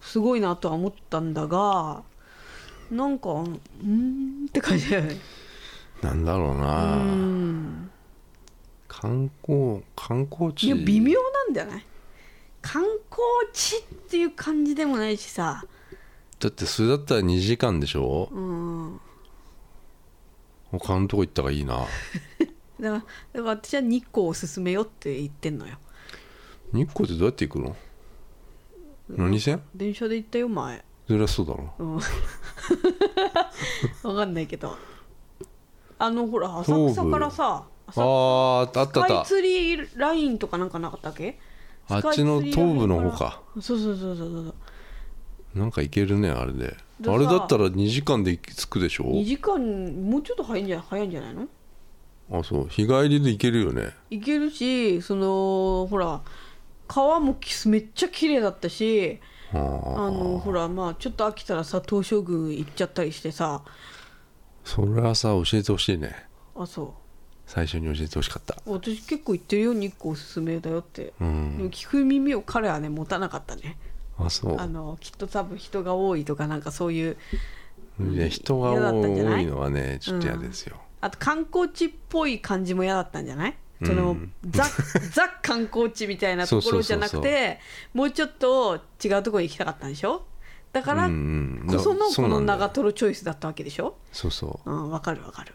Speaker 2: すごいなとは思ったんだがなんかうーんって感じだよね
Speaker 1: なんだろう
Speaker 2: う
Speaker 1: な、
Speaker 2: ーん
Speaker 1: 観光観光
Speaker 2: い
Speaker 1: 地
Speaker 2: や微妙なんじゃない観光地っていう感じでもないしさ
Speaker 1: だってそれだったら2時間でしょ
Speaker 2: うん
Speaker 1: 他のとこ行った方がいいな
Speaker 2: だからだから私は日光を勧めよって言ってんのよ
Speaker 1: 日光ってどうやって行くの何線
Speaker 2: 電車で行ったよ前
Speaker 1: そりゃそうだろ
Speaker 2: うんわかんないけどあのほら浅
Speaker 1: 東
Speaker 2: 草
Speaker 1: 武
Speaker 2: からさ
Speaker 1: あ
Speaker 2: 浅
Speaker 1: ーあったあ
Speaker 2: ス
Speaker 1: っ
Speaker 2: カイ
Speaker 1: た
Speaker 2: ツリーラインとかなんかなかったっけ
Speaker 1: あっちの
Speaker 2: スカイツリー
Speaker 1: 東部の
Speaker 2: ライン
Speaker 1: 方から
Speaker 2: そうそうそうそうそう
Speaker 1: なんか行けるねあれで
Speaker 2: でさ
Speaker 1: あれだったら2時間で着くでしょ
Speaker 2: 2時間もうちょっと早いんじゃ早いんじゃないの
Speaker 1: あそう日帰りで行けるよね
Speaker 2: 行けるしそのほら川もきめっちゃ綺麗だったし
Speaker 1: あ
Speaker 2: あ
Speaker 1: あ
Speaker 2: のほらまあちょっと飽きたらさ東照宮行っちゃったりしてさ
Speaker 1: それはさ教えてほしいね
Speaker 2: あそ
Speaker 1: 最初に教えてほしかった
Speaker 2: う私結構行ってるよ日光おすすめだよって、
Speaker 1: う
Speaker 2: で
Speaker 1: ん
Speaker 2: も聞く耳を彼はね持たなかったね
Speaker 1: あそ
Speaker 2: あのきっと多分人が多いとかなんかそういう
Speaker 1: ういや人が
Speaker 2: 嫌だったんじゃな
Speaker 1: 多
Speaker 2: い
Speaker 1: いのはねちょっと嫌ですよ
Speaker 2: あと観光地っぽい感じも嫌だったんじゃないそ
Speaker 1: う
Speaker 2: の、
Speaker 1: ん
Speaker 2: ザ [laughs] ザ観光地みたいなところじゃなく
Speaker 1: そうそう
Speaker 2: てもうちょっと違うところに行きたかったんでしょだから
Speaker 1: うん
Speaker 2: こ
Speaker 1: うんだ
Speaker 2: その
Speaker 1: そ
Speaker 2: こ
Speaker 1: うな
Speaker 2: の
Speaker 1: んだよ
Speaker 2: 長瀞チョイスだったわけでしょ
Speaker 1: そうそう
Speaker 2: うんわかるわかる、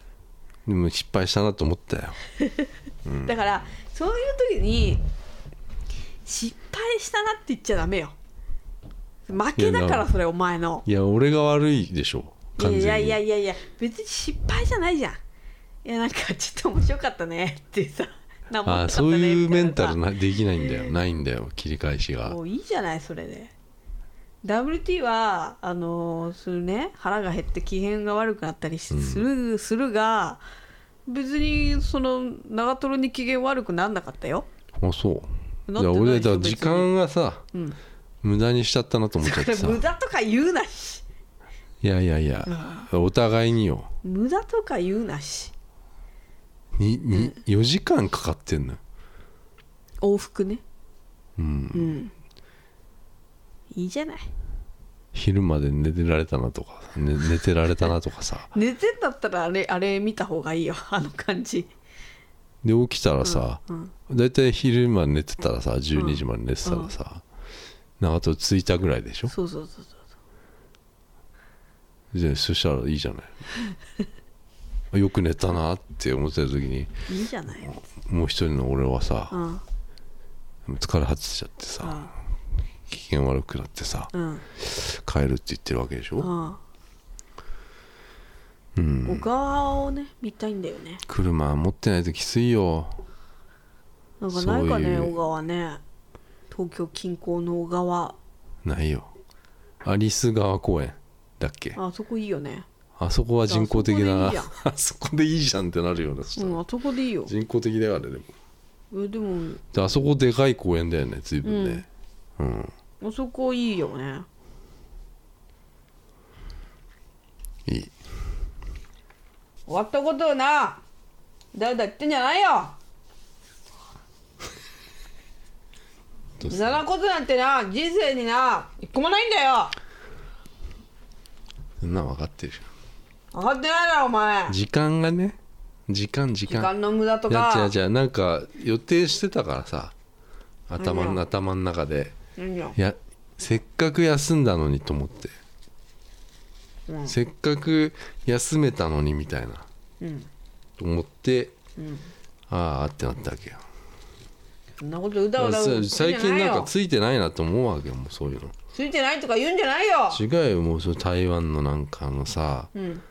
Speaker 1: でも失敗したなと思ったよ
Speaker 2: だからそういう時に失敗したなって言っちゃダメよ負けだ
Speaker 1: いや
Speaker 2: か
Speaker 1: な
Speaker 2: らそれお前の
Speaker 1: いや俺が悪いでしょ
Speaker 2: いや
Speaker 1: 完全に
Speaker 2: いやいやいやいや別に失敗じゃないじゃんいやなんかちょっと面白かったねってさなんも
Speaker 1: あ
Speaker 2: な
Speaker 1: あ
Speaker 2: かった
Speaker 1: そ
Speaker 2: ね
Speaker 1: ういう
Speaker 2: みた
Speaker 1: メ
Speaker 2: い
Speaker 1: ン
Speaker 2: なさ
Speaker 1: タルなできないんだよないんだよ切り返しが
Speaker 2: もういいじゃないそれで WT はあのーするね腹が減って機嫌が悪くなったりしする,、するが別にその長瀞に機嫌悪くなんなかったよ
Speaker 1: あそう
Speaker 2: な
Speaker 1: だ
Speaker 2: って
Speaker 1: か
Speaker 2: ない
Speaker 1: ら
Speaker 2: で
Speaker 1: 俺だか
Speaker 2: しょ
Speaker 1: ら
Speaker 2: 別に
Speaker 1: 時間がさ
Speaker 2: うん
Speaker 1: 無駄にしちゃったなと思っちゃ
Speaker 2: だ
Speaker 1: っ
Speaker 2: か
Speaker 1: て
Speaker 2: ら
Speaker 1: さ
Speaker 2: 無駄とか言うなし
Speaker 1: いやいやいやお互いによ
Speaker 2: 無駄とか言うなし
Speaker 1: にに4時間かかってんのよ
Speaker 2: 往復ね
Speaker 1: うん
Speaker 2: うんいいじゃない
Speaker 1: 昼まで寝てられたなとか、
Speaker 2: [laughs]
Speaker 1: ね、寝てられたなとかさ
Speaker 2: 寝てんだったらあれあれ見た方がいいよ [laughs] あの感じ
Speaker 1: で起きたらさ
Speaker 2: うん
Speaker 1: 大体、昼まで寝てたらさ12時まで寝てたらさ、長門着いたぐらいでしょ
Speaker 2: そうそうそうそう
Speaker 1: じゃあそしたらいいじゃ
Speaker 2: [laughs]
Speaker 1: ないよく寝たなって思ってた時に
Speaker 2: いいじゃない
Speaker 1: もう一人の俺は
Speaker 2: う
Speaker 1: さ
Speaker 2: ん
Speaker 1: 疲れ果てちゃってさ
Speaker 2: あ
Speaker 1: 機嫌悪くなってさ
Speaker 2: うん
Speaker 1: 帰るって言ってるわけでしょ、
Speaker 2: あ
Speaker 1: う
Speaker 2: 小
Speaker 1: ん、
Speaker 2: 川をね見たいんだよね
Speaker 1: 車持ってないときついよ
Speaker 2: なんかないか
Speaker 1: そう
Speaker 2: ね
Speaker 1: いう
Speaker 2: 小川ね東京近郊の小川
Speaker 1: ないよアリス川公園だっけ
Speaker 2: あそこいいよね
Speaker 1: あそこは人工的な
Speaker 2: あそこでいいじゃ
Speaker 1: [laughs] あそこでいいじゃん
Speaker 2: ん
Speaker 1: ってなるよねそした
Speaker 2: う
Speaker 1: ら
Speaker 2: んあそこでいいよ
Speaker 1: 人工的だよあれでも
Speaker 2: えでも
Speaker 1: であそこでかい公園だよね随分ねうん、
Speaker 2: あそこいいよね
Speaker 1: いい
Speaker 2: 終わったことをなだいだい言ってんじゃないよ
Speaker 1: どう
Speaker 2: 無
Speaker 1: す
Speaker 2: 駄なことなんてな人生にな一個もないんだよ
Speaker 1: そんなん分かってるよ
Speaker 2: 分かってないだろお前
Speaker 1: 時間がね時間時
Speaker 2: 時
Speaker 1: 間
Speaker 2: 間の無駄と
Speaker 1: いや違
Speaker 2: か
Speaker 1: う違うなんか予定してたからさ頭
Speaker 2: 何
Speaker 1: の
Speaker 2: が
Speaker 1: 頭の中で
Speaker 2: 何よ
Speaker 1: いやせっかく休んだのにと思って、
Speaker 2: うん
Speaker 1: せっかく休めたのにみたいな
Speaker 2: うん
Speaker 1: と思って、
Speaker 2: ん
Speaker 1: ああってなったわけよ
Speaker 2: そんなことうだうだ言ってんじゃない
Speaker 1: 最
Speaker 2: よ
Speaker 1: 近なんかついてないなと思うわけよもうそういうの
Speaker 2: ついてないとか言うんじゃないよ
Speaker 1: 違うよもうその台湾のなんかあのさ
Speaker 2: うん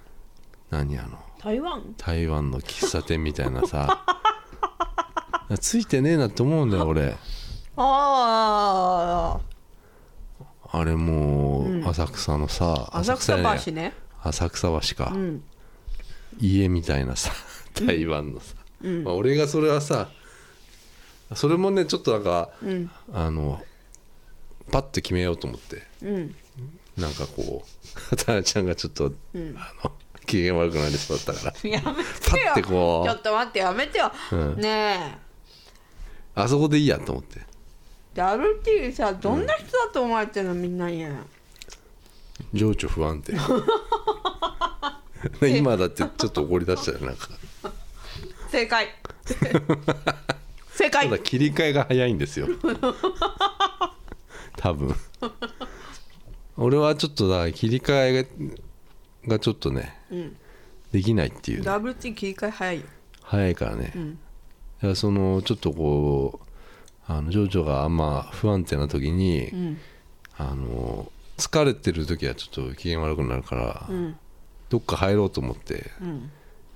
Speaker 1: 何あの
Speaker 2: 台湾
Speaker 1: 台湾の喫茶店みたいな
Speaker 2: [laughs]
Speaker 1: さついてねえなって思うんだよ俺
Speaker 2: あ
Speaker 1: あれも
Speaker 2: う
Speaker 1: うん浅草のさ、
Speaker 2: あ浅
Speaker 1: じゃない
Speaker 2: 草橋ね
Speaker 1: 浅草橋か、
Speaker 2: うん
Speaker 1: 家みたいなさ台湾のさ、
Speaker 2: うん
Speaker 1: まあ、俺がそれはさそれもねちょっとなんか
Speaker 2: うん
Speaker 1: あのパッと決めようと思って
Speaker 2: うん
Speaker 1: なんかこうたなちゃんがちょっと、
Speaker 2: ん
Speaker 1: あの機嫌悪くなりそうだったから
Speaker 2: やめ
Speaker 1: パ
Speaker 2: てよ
Speaker 1: ッてこう
Speaker 2: ちょっと待ってやめてよ、
Speaker 1: うん
Speaker 2: ねえ
Speaker 1: あそこでいいやと思って
Speaker 2: ダブルティーさどんな人だと思われてるのみんなに
Speaker 1: 情緒不
Speaker 2: [laughs]
Speaker 1: 安定今だってちょっと怒り出したよなんか [laughs]
Speaker 2: 正解正解
Speaker 1: ただ切り替えが早いん
Speaker 2: [laughs]
Speaker 1: ですよ多分俺はちょっとだから切り替えががちょっとね、
Speaker 2: ん
Speaker 1: できないっていうね
Speaker 2: ダブルティー切り替え早いよ
Speaker 1: 早いからね、だからそのちょっとこうあの情緒があんま不安定な時に、
Speaker 2: ん
Speaker 1: あの疲れてる時はちょっと機嫌悪くなるから、
Speaker 2: ん
Speaker 1: どっか入ろうと思って
Speaker 2: うん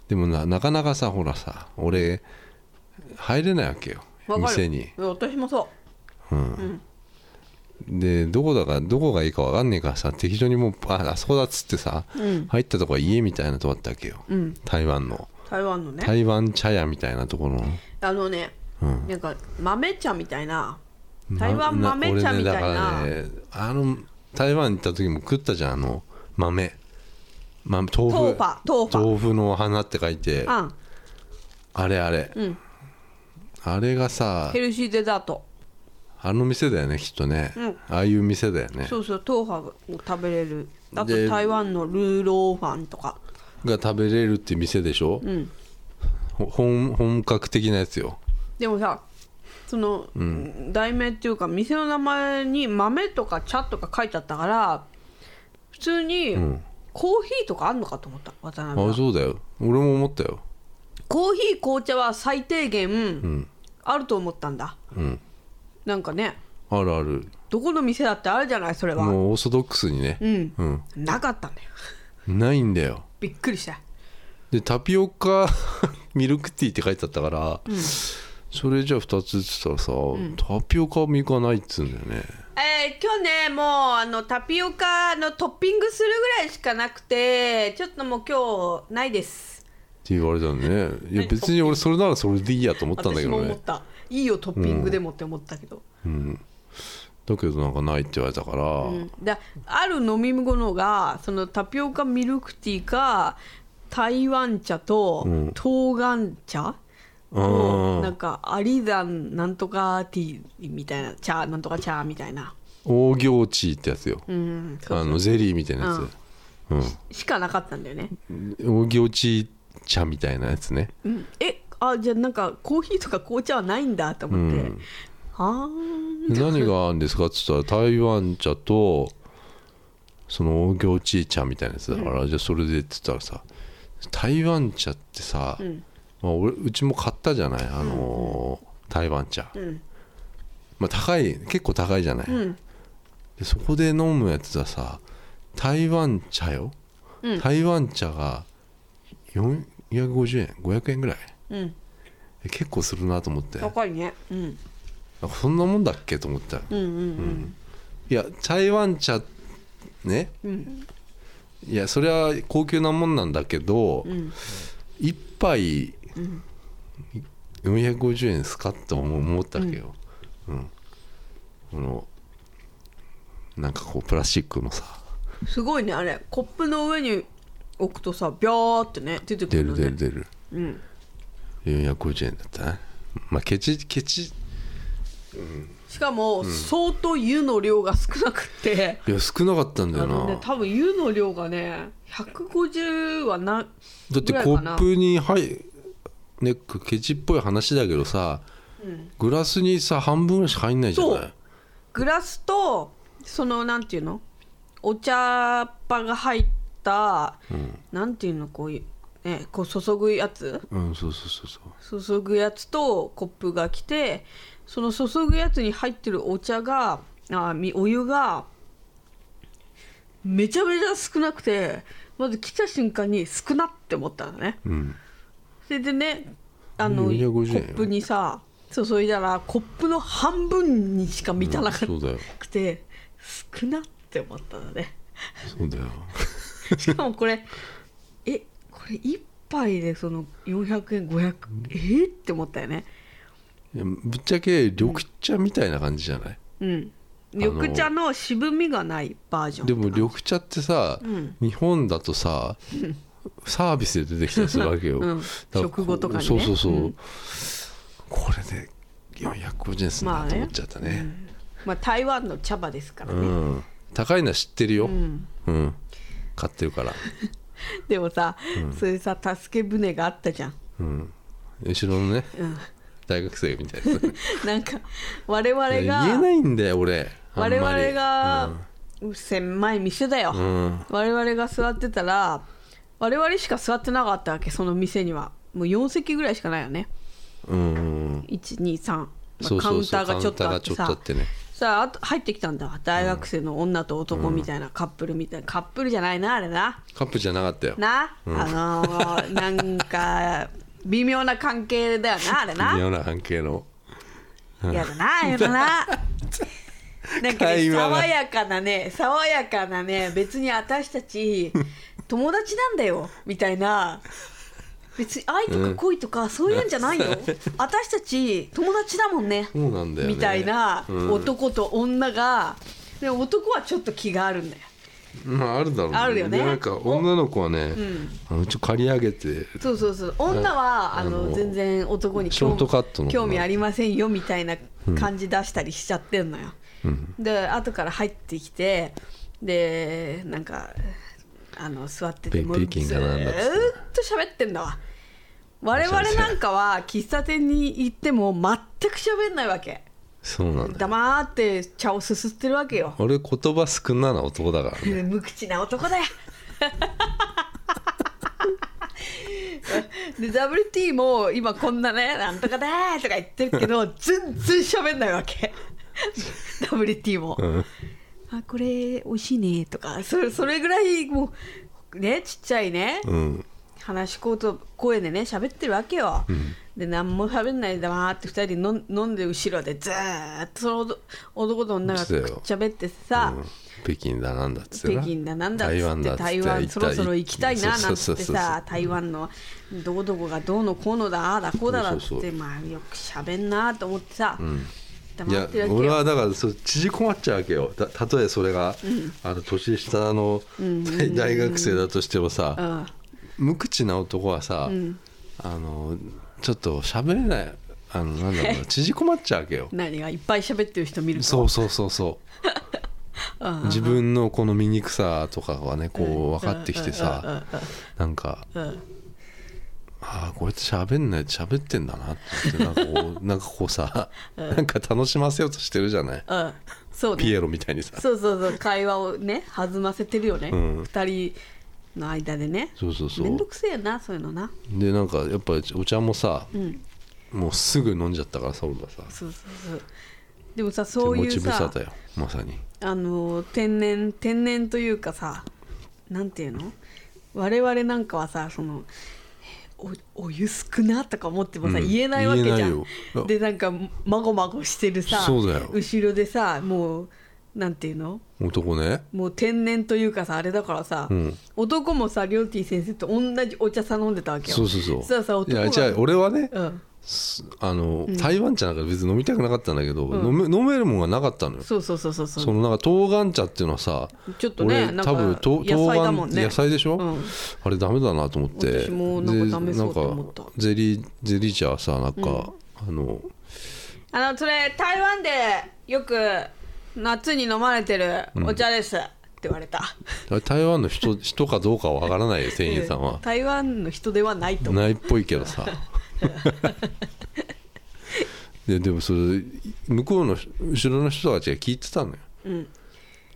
Speaker 1: でもななかなかさほらさ俺入れないわけよ
Speaker 2: わかる
Speaker 1: 店に、
Speaker 2: 私もそ
Speaker 1: うんでどこだかどこがいいか分かんねえからさ適当にもうああそこだっつってさ、
Speaker 2: ううん
Speaker 1: 入ったとこは家みたいなとこだったわけよ
Speaker 2: うん
Speaker 1: 台湾の
Speaker 2: 台湾のね
Speaker 1: 台湾茶屋みたいなところの
Speaker 2: あのね、
Speaker 1: うん
Speaker 2: なんか豆茶みたいな
Speaker 1: な
Speaker 2: 台湾豆茶
Speaker 1: 俺ね
Speaker 2: みたいな
Speaker 1: だからねあの台湾行った時も食ったじゃんあの豆豆豆腐
Speaker 2: 豆腐豆腐
Speaker 1: 豆腐の花って書いてあ
Speaker 2: あん
Speaker 1: れあれ、
Speaker 2: うん
Speaker 1: あれがさ
Speaker 2: ヘルシーデザート
Speaker 1: あの店だよねきっとね、
Speaker 2: うん
Speaker 1: ああいう店だよね
Speaker 2: そうそう豆腐を食べれるあ
Speaker 1: で
Speaker 2: と台湾のルーローファンとか
Speaker 1: が食べれるって店でしょ、
Speaker 2: うん
Speaker 1: ほ本本格的なやつよ
Speaker 2: でもさその、題名っていうか店の名前に豆とか茶とか書いてあったから普通に
Speaker 1: ん
Speaker 2: コーヒーとかあんのかと思った渡辺
Speaker 1: あ
Speaker 2: は
Speaker 1: そうだよ俺も思ったよ
Speaker 2: コーヒー紅茶は最低限あると思ったんだ、
Speaker 1: うん
Speaker 2: なんかね
Speaker 1: あるある
Speaker 2: どこの店だってあるじゃないそれは
Speaker 1: もうオーソドックスにね
Speaker 2: うん
Speaker 1: うん、
Speaker 2: なかったんだよ [laughs]
Speaker 1: ないんだよ
Speaker 2: びっくりした
Speaker 1: でタピオカ [laughs] ミルクティーって書いてあったから、それじゃあ2つっつったらさ、タピオカミルクはないっつうんだよね
Speaker 2: えー今日ねもうあのタピオカのトッピングするぐらいしかなくてちょっともう今日ないです
Speaker 1: って言われたんでねいや別に俺それならそれでいいやと思ったんだけ
Speaker 2: 私も
Speaker 1: ど
Speaker 2: 思
Speaker 1: ね
Speaker 2: ったいいよトッピングでもって思ったけど、
Speaker 1: だけどなんかないって言われたから、
Speaker 2: だある飲み物がそのタピオカミルクティーか台湾茶と
Speaker 1: うん
Speaker 2: 冬瓜茶
Speaker 1: う
Speaker 2: の
Speaker 1: ん
Speaker 2: なんかアリザンなんとかティーみたいな茶なんとか茶みたいな、
Speaker 1: 大行地ってやつよ、
Speaker 2: うん、そう
Speaker 1: あのゼリーみたいなやつ、うん
Speaker 2: しかなかったんだよね、
Speaker 1: 大行地茶みたいなやつね
Speaker 2: うん、えあじゃあなんかコーヒーとか紅茶はないんだと思って、
Speaker 1: うん
Speaker 2: は
Speaker 1: で何があるんですかっつったら台湾茶とその大行地茶みたいなやつだから、じゃあそれでっつったらさ台湾茶ってさ、
Speaker 2: あうん
Speaker 1: まあ、俺うちも買ったじゃないあのー台湾茶、
Speaker 2: うん
Speaker 1: まあ、高い結構高いじゃない、
Speaker 2: うん
Speaker 1: でそこで飲むやつはさ台湾茶よ、
Speaker 2: うん
Speaker 1: 台湾茶が450円500円ぐらい
Speaker 2: うん
Speaker 1: え結構するなと思って
Speaker 2: 高いね、うん、
Speaker 1: あそんなもんだっけと思った
Speaker 2: うんうん
Speaker 1: いや台湾茶ね
Speaker 2: うんうん
Speaker 1: いやそれは高級なもんなんだけど、
Speaker 2: うん
Speaker 1: 一杯450円ですかって思思ったわけよ、うんこのなんかこうプラスチックのさ
Speaker 2: すごいねあれコップの上に置くとさビャーってね出てく
Speaker 1: 出
Speaker 2: るの
Speaker 1: る
Speaker 2: ね
Speaker 1: 出る出る
Speaker 2: うん
Speaker 1: 450円だったねまあケチケチ
Speaker 2: しかも、相当湯の量が少なくて
Speaker 1: いや少なかったんだ
Speaker 2: あ
Speaker 1: よな
Speaker 2: のね多分湯の量がね150はな
Speaker 1: だって
Speaker 2: ぐらい
Speaker 1: コ
Speaker 2: か
Speaker 1: ッ
Speaker 2: な
Speaker 1: プにはいねケチっぽい話だけどさ、グラスにさ半分ぐらいしか入んないじゃ
Speaker 2: そ
Speaker 1: な
Speaker 2: う
Speaker 1: い
Speaker 2: グラスとそのなんていうのお茶っ葉が入った、なんていうのこういうねこう注ぐやつ
Speaker 1: うんそうそうそうそう
Speaker 2: 注ぐやつとコップが来てその注ぐやつに入ってるお茶があみお湯がめちゃめちゃ少なくてまず来た瞬間に少なって思ったのね
Speaker 1: うん
Speaker 2: それでねあのコ
Speaker 1: 250円よ
Speaker 2: ップにさ注いだらコップの半分にしか満たなかっ
Speaker 1: うんそうだよ
Speaker 2: たくて、少なって思ったのね
Speaker 1: そうだよ
Speaker 2: しかもこれえこれ一杯でその400円500えー、って思ったよね
Speaker 1: いやぶっちゃけ緑茶みたいな感じじゃない、
Speaker 2: うん
Speaker 1: の
Speaker 2: 緑茶の渋みがないバージョン
Speaker 1: でも緑茶ってさ、
Speaker 2: うん
Speaker 1: 日本だとさサービスで出てきたりするわけよ、
Speaker 2: うん
Speaker 1: だら
Speaker 2: 食後とかにね
Speaker 1: そうそうそう、
Speaker 2: うん
Speaker 1: これで450円すん
Speaker 2: ま
Speaker 1: な
Speaker 2: あね
Speaker 1: と思っちゃったね,、
Speaker 2: まあ台湾の茶葉ですから
Speaker 1: う
Speaker 2: ね、
Speaker 1: ん、高いのは知ってるよ、う
Speaker 2: うんん
Speaker 1: 買ってるから、
Speaker 2: でもさ、それさ助け舟があったじゃん、 [laughs]
Speaker 1: うん、後ろのね
Speaker 2: うん、
Speaker 1: 大学生みたいなやつ
Speaker 2: [laughs] なんか我々が
Speaker 1: 言えないんだよ俺あんま
Speaker 2: 我
Speaker 1: り
Speaker 2: 々が、狭い店だよ、
Speaker 1: ん
Speaker 2: 我々が座ってたら我々しか座ってなかったわけその店にはもう4席ぐらいしかないよね
Speaker 1: うん、うん
Speaker 2: 123、まあ
Speaker 1: そう
Speaker 2: カ
Speaker 1: そ
Speaker 2: ウ
Speaker 1: う
Speaker 2: ン
Speaker 1: そ
Speaker 2: タ
Speaker 1: う
Speaker 2: ーがちょっとあって
Speaker 1: カウンターがちょっとあ
Speaker 2: さ
Speaker 1: ってね
Speaker 2: さああと入ってきたんだ大学生の女と男みたいな、カップルみたいなカップルじゃないなあれな
Speaker 1: カップじゃなかったよ
Speaker 2: な、あのーなんか微妙な関係だよなあれな
Speaker 1: 微妙な関係の
Speaker 2: やだなや
Speaker 1: [laughs]
Speaker 2: だななんか、ね、
Speaker 1: 会話が
Speaker 2: 爽やかなね爽やかなね別に私たち友達なんだよみたいな別に愛とか恋とかそういうんじゃないよ、私たち友達だもんね
Speaker 1: そうなんだよね
Speaker 2: みたいな
Speaker 1: うん
Speaker 2: 男と女が、で男はちょっと気があるんだよ
Speaker 1: まああるだろう、
Speaker 2: あるよね
Speaker 1: でなんか女の子はね、あのうち借り上げて
Speaker 2: そうそうそう女はあ
Speaker 1: あ
Speaker 2: の
Speaker 1: の
Speaker 2: 全然男に
Speaker 1: ショートカットの
Speaker 2: 興味ありませんよみたいな感じ出したりしちゃってんのよ、で後から入ってきてでなんかあの座ってて
Speaker 1: べ
Speaker 2: もうず
Speaker 1: べきんがなんだっつって
Speaker 2: ーっと喋ってんだわ我々なんかは喫茶店に行っても全く喋んないわけ
Speaker 1: そうなんだよ
Speaker 2: 黙って茶をすすってるわけよ
Speaker 1: 俺言葉少なな男だからね
Speaker 2: 無口な男だよ [laughs] で WT も今こんなねなんとかだーとか言ってるけど全然喋んないわけ WT も、
Speaker 1: うん
Speaker 2: あこれ美味しいねとかそれそれぐらいもうねちっちゃいね、
Speaker 1: うん
Speaker 2: 話し声と声でね喋ってるわけよ、で何も喋んないでわーって2人で飲ん飲んで後ろでずーっとその男と女が
Speaker 1: そうだよ
Speaker 2: 喋ってさ、
Speaker 1: うん北京だなんだっつってな
Speaker 2: 北京だなんだっつ
Speaker 1: 台湾
Speaker 2: っ
Speaker 1: だ
Speaker 2: て
Speaker 1: っつって
Speaker 2: 台湾そろそろ行きたいななんつ
Speaker 1: そ
Speaker 2: っ
Speaker 1: う
Speaker 2: て
Speaker 1: そうそうそう
Speaker 2: さ台湾のどこどこがどうのこうのだああだこうだだっつ
Speaker 1: そう
Speaker 2: っ
Speaker 1: そう
Speaker 2: て
Speaker 1: そ
Speaker 2: まあよくしゃべんなと思ってさ
Speaker 1: い
Speaker 2: 黙
Speaker 1: や
Speaker 2: ってるわけ
Speaker 1: 俺
Speaker 2: よ
Speaker 1: はだからそう縮こまっちゃうわけよたたとえそれが、あの年下の大 [laughs] 大学生だとしてもさ、
Speaker 2: うん
Speaker 1: 無口な男はさ、あのちょっと喋れないあのなんだ [laughs] ろうな縮こまっちゃうわけよ
Speaker 2: 何がいっぱい喋ってる人見ると
Speaker 1: そうそうそうそう [laughs] 自分のこの醜さとかがねこう分かってきてさなんか
Speaker 2: うん
Speaker 1: ああこうやって喋んない喋ってんだなってなんかこうなんかこうさなんか楽しませようとしてるじゃない
Speaker 2: うんそう
Speaker 1: ピ
Speaker 2: ね
Speaker 1: エロみたいにさ
Speaker 2: そうそうそう会話をね弾ませてるよね
Speaker 1: うん
Speaker 2: 二人の間でね
Speaker 1: そうそうそ
Speaker 2: めんど
Speaker 1: う
Speaker 2: くせえなそういうのな
Speaker 1: でなんかやっぱお茶もさ
Speaker 2: うん
Speaker 1: もうすぐ飲んじゃったからさ俺はさ
Speaker 2: そうそうそうでもさ
Speaker 1: 手
Speaker 2: そうい
Speaker 1: 持
Speaker 2: う
Speaker 1: ち無沙
Speaker 2: さ
Speaker 1: 汰よまさに
Speaker 2: あの天然天然というかさなんていうの我々なんかはさそのおお湯少なとか思ってもさ、
Speaker 1: うん
Speaker 2: 言えないわけじゃ
Speaker 1: 言え
Speaker 2: ん
Speaker 1: ないよ
Speaker 2: でなんかまごまごしてるさ
Speaker 1: そうだよ
Speaker 2: 後ろでさもうなんていうの
Speaker 1: 男ね
Speaker 2: もう天然というかさあれだからさ、
Speaker 1: うん
Speaker 2: 男もさりょうてぃ先生と同じお茶さ飲んでたわけよ
Speaker 1: そうそうそう
Speaker 2: さあさあ男
Speaker 1: い
Speaker 2: が
Speaker 1: やじゃあ俺はね
Speaker 2: うん、
Speaker 1: すあの、台湾茶なんか別に飲みたくなかったんだけど、
Speaker 2: ん
Speaker 1: 飲め飲めるもんがなかったのよ
Speaker 2: そうそうそうそうそう
Speaker 1: そのなんか冬瓜茶っていうのはさ
Speaker 2: ちょっとね
Speaker 1: 俺
Speaker 2: なんか
Speaker 1: 多分と
Speaker 2: 野
Speaker 1: 冬
Speaker 2: 菜だ
Speaker 1: 瓜
Speaker 2: もんね
Speaker 1: 野菜でしょ、
Speaker 2: うん
Speaker 1: あれダメだなと思って
Speaker 2: 私もなんかダメそうと思っ
Speaker 1: で
Speaker 2: た
Speaker 1: なんかゼリーゼリー茶はさなんか、あの
Speaker 2: あのそれ台湾でよく夏に飲まれてるお茶です、って言われた
Speaker 1: あれ台湾の人 [laughs] 人かどうかはわからないよ店員さんは、
Speaker 2: [laughs] 台湾の人ではないと思う
Speaker 1: ないっぽいけど
Speaker 2: [laughs]
Speaker 1: さででもそれ向こうの後ろの人たちが聞いてたのよ、
Speaker 2: ん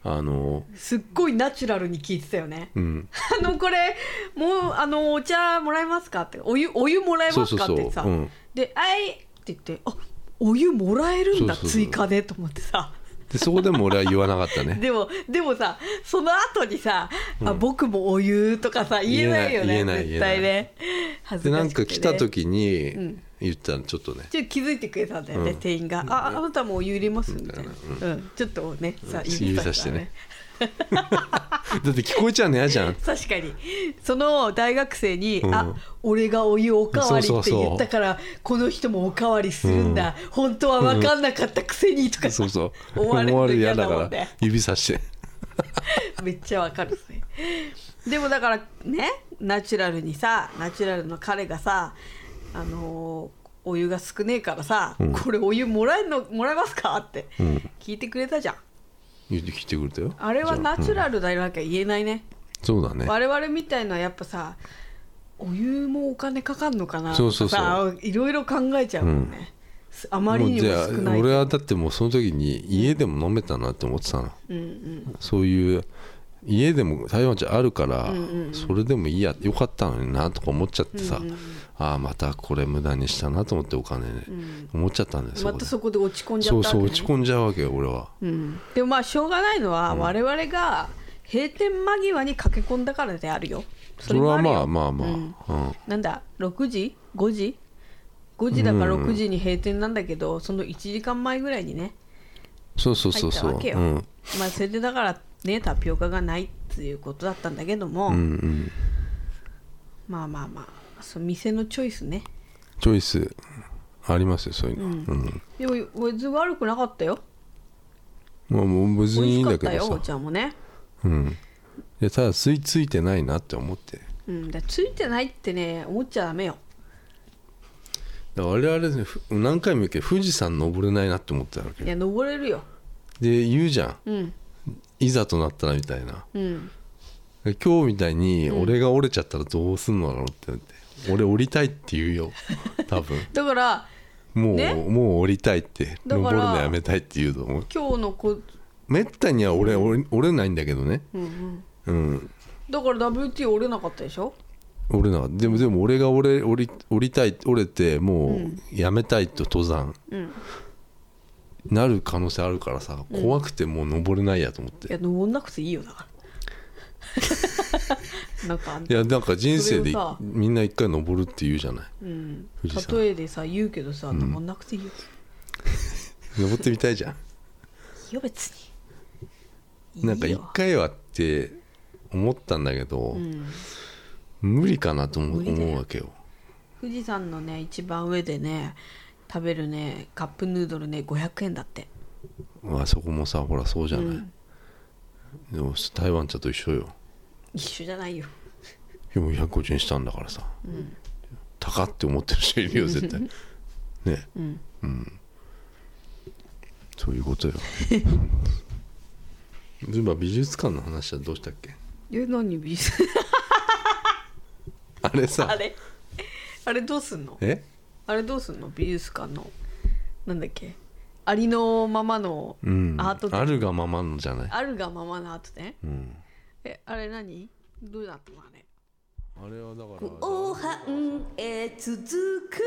Speaker 1: あの
Speaker 2: すっごいナチュラルに聞いてたよね [laughs]
Speaker 1: うん
Speaker 2: あのこれもうあのお茶もらえますかってお湯お湯もらえますかって言ってさ
Speaker 1: そうそうそううん
Speaker 2: で「あい!」って言って「あお湯もらえるんだ
Speaker 1: そうそうそう
Speaker 2: 追加で」と思ってさ [laughs]
Speaker 1: でそこでも俺は言わなかったね
Speaker 2: でもでもさその後にさ、あ僕もお湯とかさ言えないよね
Speaker 1: 言えない
Speaker 2: 絶対ね恥ず
Speaker 1: で
Speaker 2: かしくて、ね、
Speaker 1: なんか来た時に
Speaker 2: ん
Speaker 1: 言ったのちょっとね
Speaker 2: ちょっと気づいてくれたんだよね、
Speaker 1: うん
Speaker 2: 店員が「ああなたもう湯入れます」みたいな、うんちょっとねさ
Speaker 1: うん
Speaker 2: 指さしたね
Speaker 1: 指だって聞こえちゃうの嫌じゃ
Speaker 2: [laughs]
Speaker 1: ん
Speaker 2: 確かにその大学生に「
Speaker 1: うん
Speaker 2: あ俺がお湯おかわり」
Speaker 1: そう
Speaker 2: っ
Speaker 1: そ
Speaker 2: て
Speaker 1: うそう
Speaker 2: 言ったからこの人もおかわりするんだ、本当は分かんなかったくせにとか、
Speaker 1: そうそう
Speaker 2: 思われ
Speaker 1: 思
Speaker 2: るの
Speaker 1: われる
Speaker 2: 嫌
Speaker 1: 嫌
Speaker 2: だ
Speaker 1: だ
Speaker 2: も
Speaker 1: か
Speaker 2: んね
Speaker 1: ら指さして
Speaker 2: [laughs] めっちゃわかるっすねでもだからねナチュラルにさナチュラルの彼がさあのーお湯が少ねえからさ、これお湯もらえるのもらえますかって
Speaker 1: ん
Speaker 2: 聞いてくれたじゃん、
Speaker 1: 言ってきてくれたよ
Speaker 2: あれはナチュラルだなきゃ言えないね、
Speaker 1: そうだね
Speaker 2: 我々みたいのはやっぱさお湯もお金かかんのかな
Speaker 1: そうそうそう
Speaker 2: とかさいろいろ考えちゃうもんね、すあまりにも少
Speaker 1: もうじゃ
Speaker 2: な
Speaker 1: あ
Speaker 2: い
Speaker 1: 俺はだってもうその時に家でも飲めたなって思ってたの、そういう家でも台湾茶あるから、それでもいいやよかったのになとか思っちゃってさ、ああまたこれ無駄にしたなと思ってお金ね、思っちゃったんです
Speaker 2: またそこで落ち込んじゃった
Speaker 1: そ
Speaker 2: わ
Speaker 1: う
Speaker 2: けね
Speaker 1: そう落ち込んじゃうわけよ俺は、
Speaker 2: うんでもまあしょうがないのは我々が閉店間際に駆け込んだからであるよ
Speaker 1: それはまあ
Speaker 2: あるよ
Speaker 1: まあまあ、
Speaker 2: う
Speaker 1: うんん
Speaker 2: なんだ6時5時5時だから6時に閉店なんだけど、その1時間前ぐらいにね
Speaker 1: そうそうそ
Speaker 2: 入っ
Speaker 1: う
Speaker 2: た
Speaker 1: そう
Speaker 2: わけよ、
Speaker 1: うん
Speaker 2: まあそれでだからねタピオカがないっていうことだったんだけども、
Speaker 1: うんうん
Speaker 2: まあまあまあそう店のチョイスね
Speaker 1: チョイスありますよそういうの、うん
Speaker 2: でも別に悪くなかったよ
Speaker 1: まあもう別
Speaker 2: 美味
Speaker 1: にいい
Speaker 2: し
Speaker 1: ん
Speaker 2: かっ
Speaker 1: だけ
Speaker 2: たよお
Speaker 1: どさ
Speaker 2: 茶もね
Speaker 1: うんいやただ吸いついてないなって思って
Speaker 2: うん、だからついてないってね思っちゃダメよ
Speaker 1: だから我々ねふ何回も言うけど富士山登れないなって思ってたわけ
Speaker 2: い
Speaker 1: よ
Speaker 2: や登れるよ
Speaker 1: で言うじゃん
Speaker 2: うん
Speaker 1: いざとなったらみたいな
Speaker 2: うん
Speaker 1: で今日みたいに俺が折れちゃったらどうすんのだろうって思って、俺降りたいって言うよ多
Speaker 2: [laughs]
Speaker 1: 分
Speaker 2: だから
Speaker 1: もう、
Speaker 2: ね
Speaker 1: もう降りたいって
Speaker 2: だから
Speaker 1: 登るのやめたいって言うと思う
Speaker 2: 今日のこ
Speaker 1: めったには俺折れ折れないんだけどね
Speaker 2: うんうん
Speaker 1: うん
Speaker 2: だから WT 折れなかったでしょ
Speaker 1: 折れなかったでもでも俺が折れ降り降りたい折れてもうやめたいと登山、
Speaker 2: うん
Speaker 1: なる可能性あるからさ怖くてもう登れないやと思って
Speaker 2: いや登んなくていいよだか
Speaker 1: [laughs]
Speaker 2: らなんかあん
Speaker 1: いやなんか人生で
Speaker 2: それをさ
Speaker 1: みんな一回登るって言うじゃない
Speaker 2: うん
Speaker 1: 富士山
Speaker 2: 例えでさ言うけどさ登んなくていいよ、
Speaker 1: 登ってみたいじゃ
Speaker 2: いいよ別にい
Speaker 1: ん
Speaker 2: いよ
Speaker 1: なんか一回はって思ったんだけど、
Speaker 2: うん、
Speaker 1: 無理かなと思
Speaker 2: 無理だよ
Speaker 1: 思うわけよ
Speaker 2: 富士山のね一番上でね食べるねカップヌードルね500円だって
Speaker 1: まあそこもさほらそうじゃない、でも台湾茶と一緒よ
Speaker 2: 一緒じゃないよ
Speaker 1: でも150円したんだからさ、高って思ってる人いるよ絶対ねうん、そういうことよずいぶん美術館の話はどうしたっけ
Speaker 2: え何美術
Speaker 1: あれさ
Speaker 2: あれあれどうすんの
Speaker 1: え
Speaker 2: あれどうすんの美術館のなんだっけありのままの
Speaker 1: うん
Speaker 2: アート展、
Speaker 1: あるがままのじゃない
Speaker 2: あるがままのアートね
Speaker 1: うん
Speaker 2: えあれ何どうなったのあれ
Speaker 1: あれはだから
Speaker 2: 後半へ続く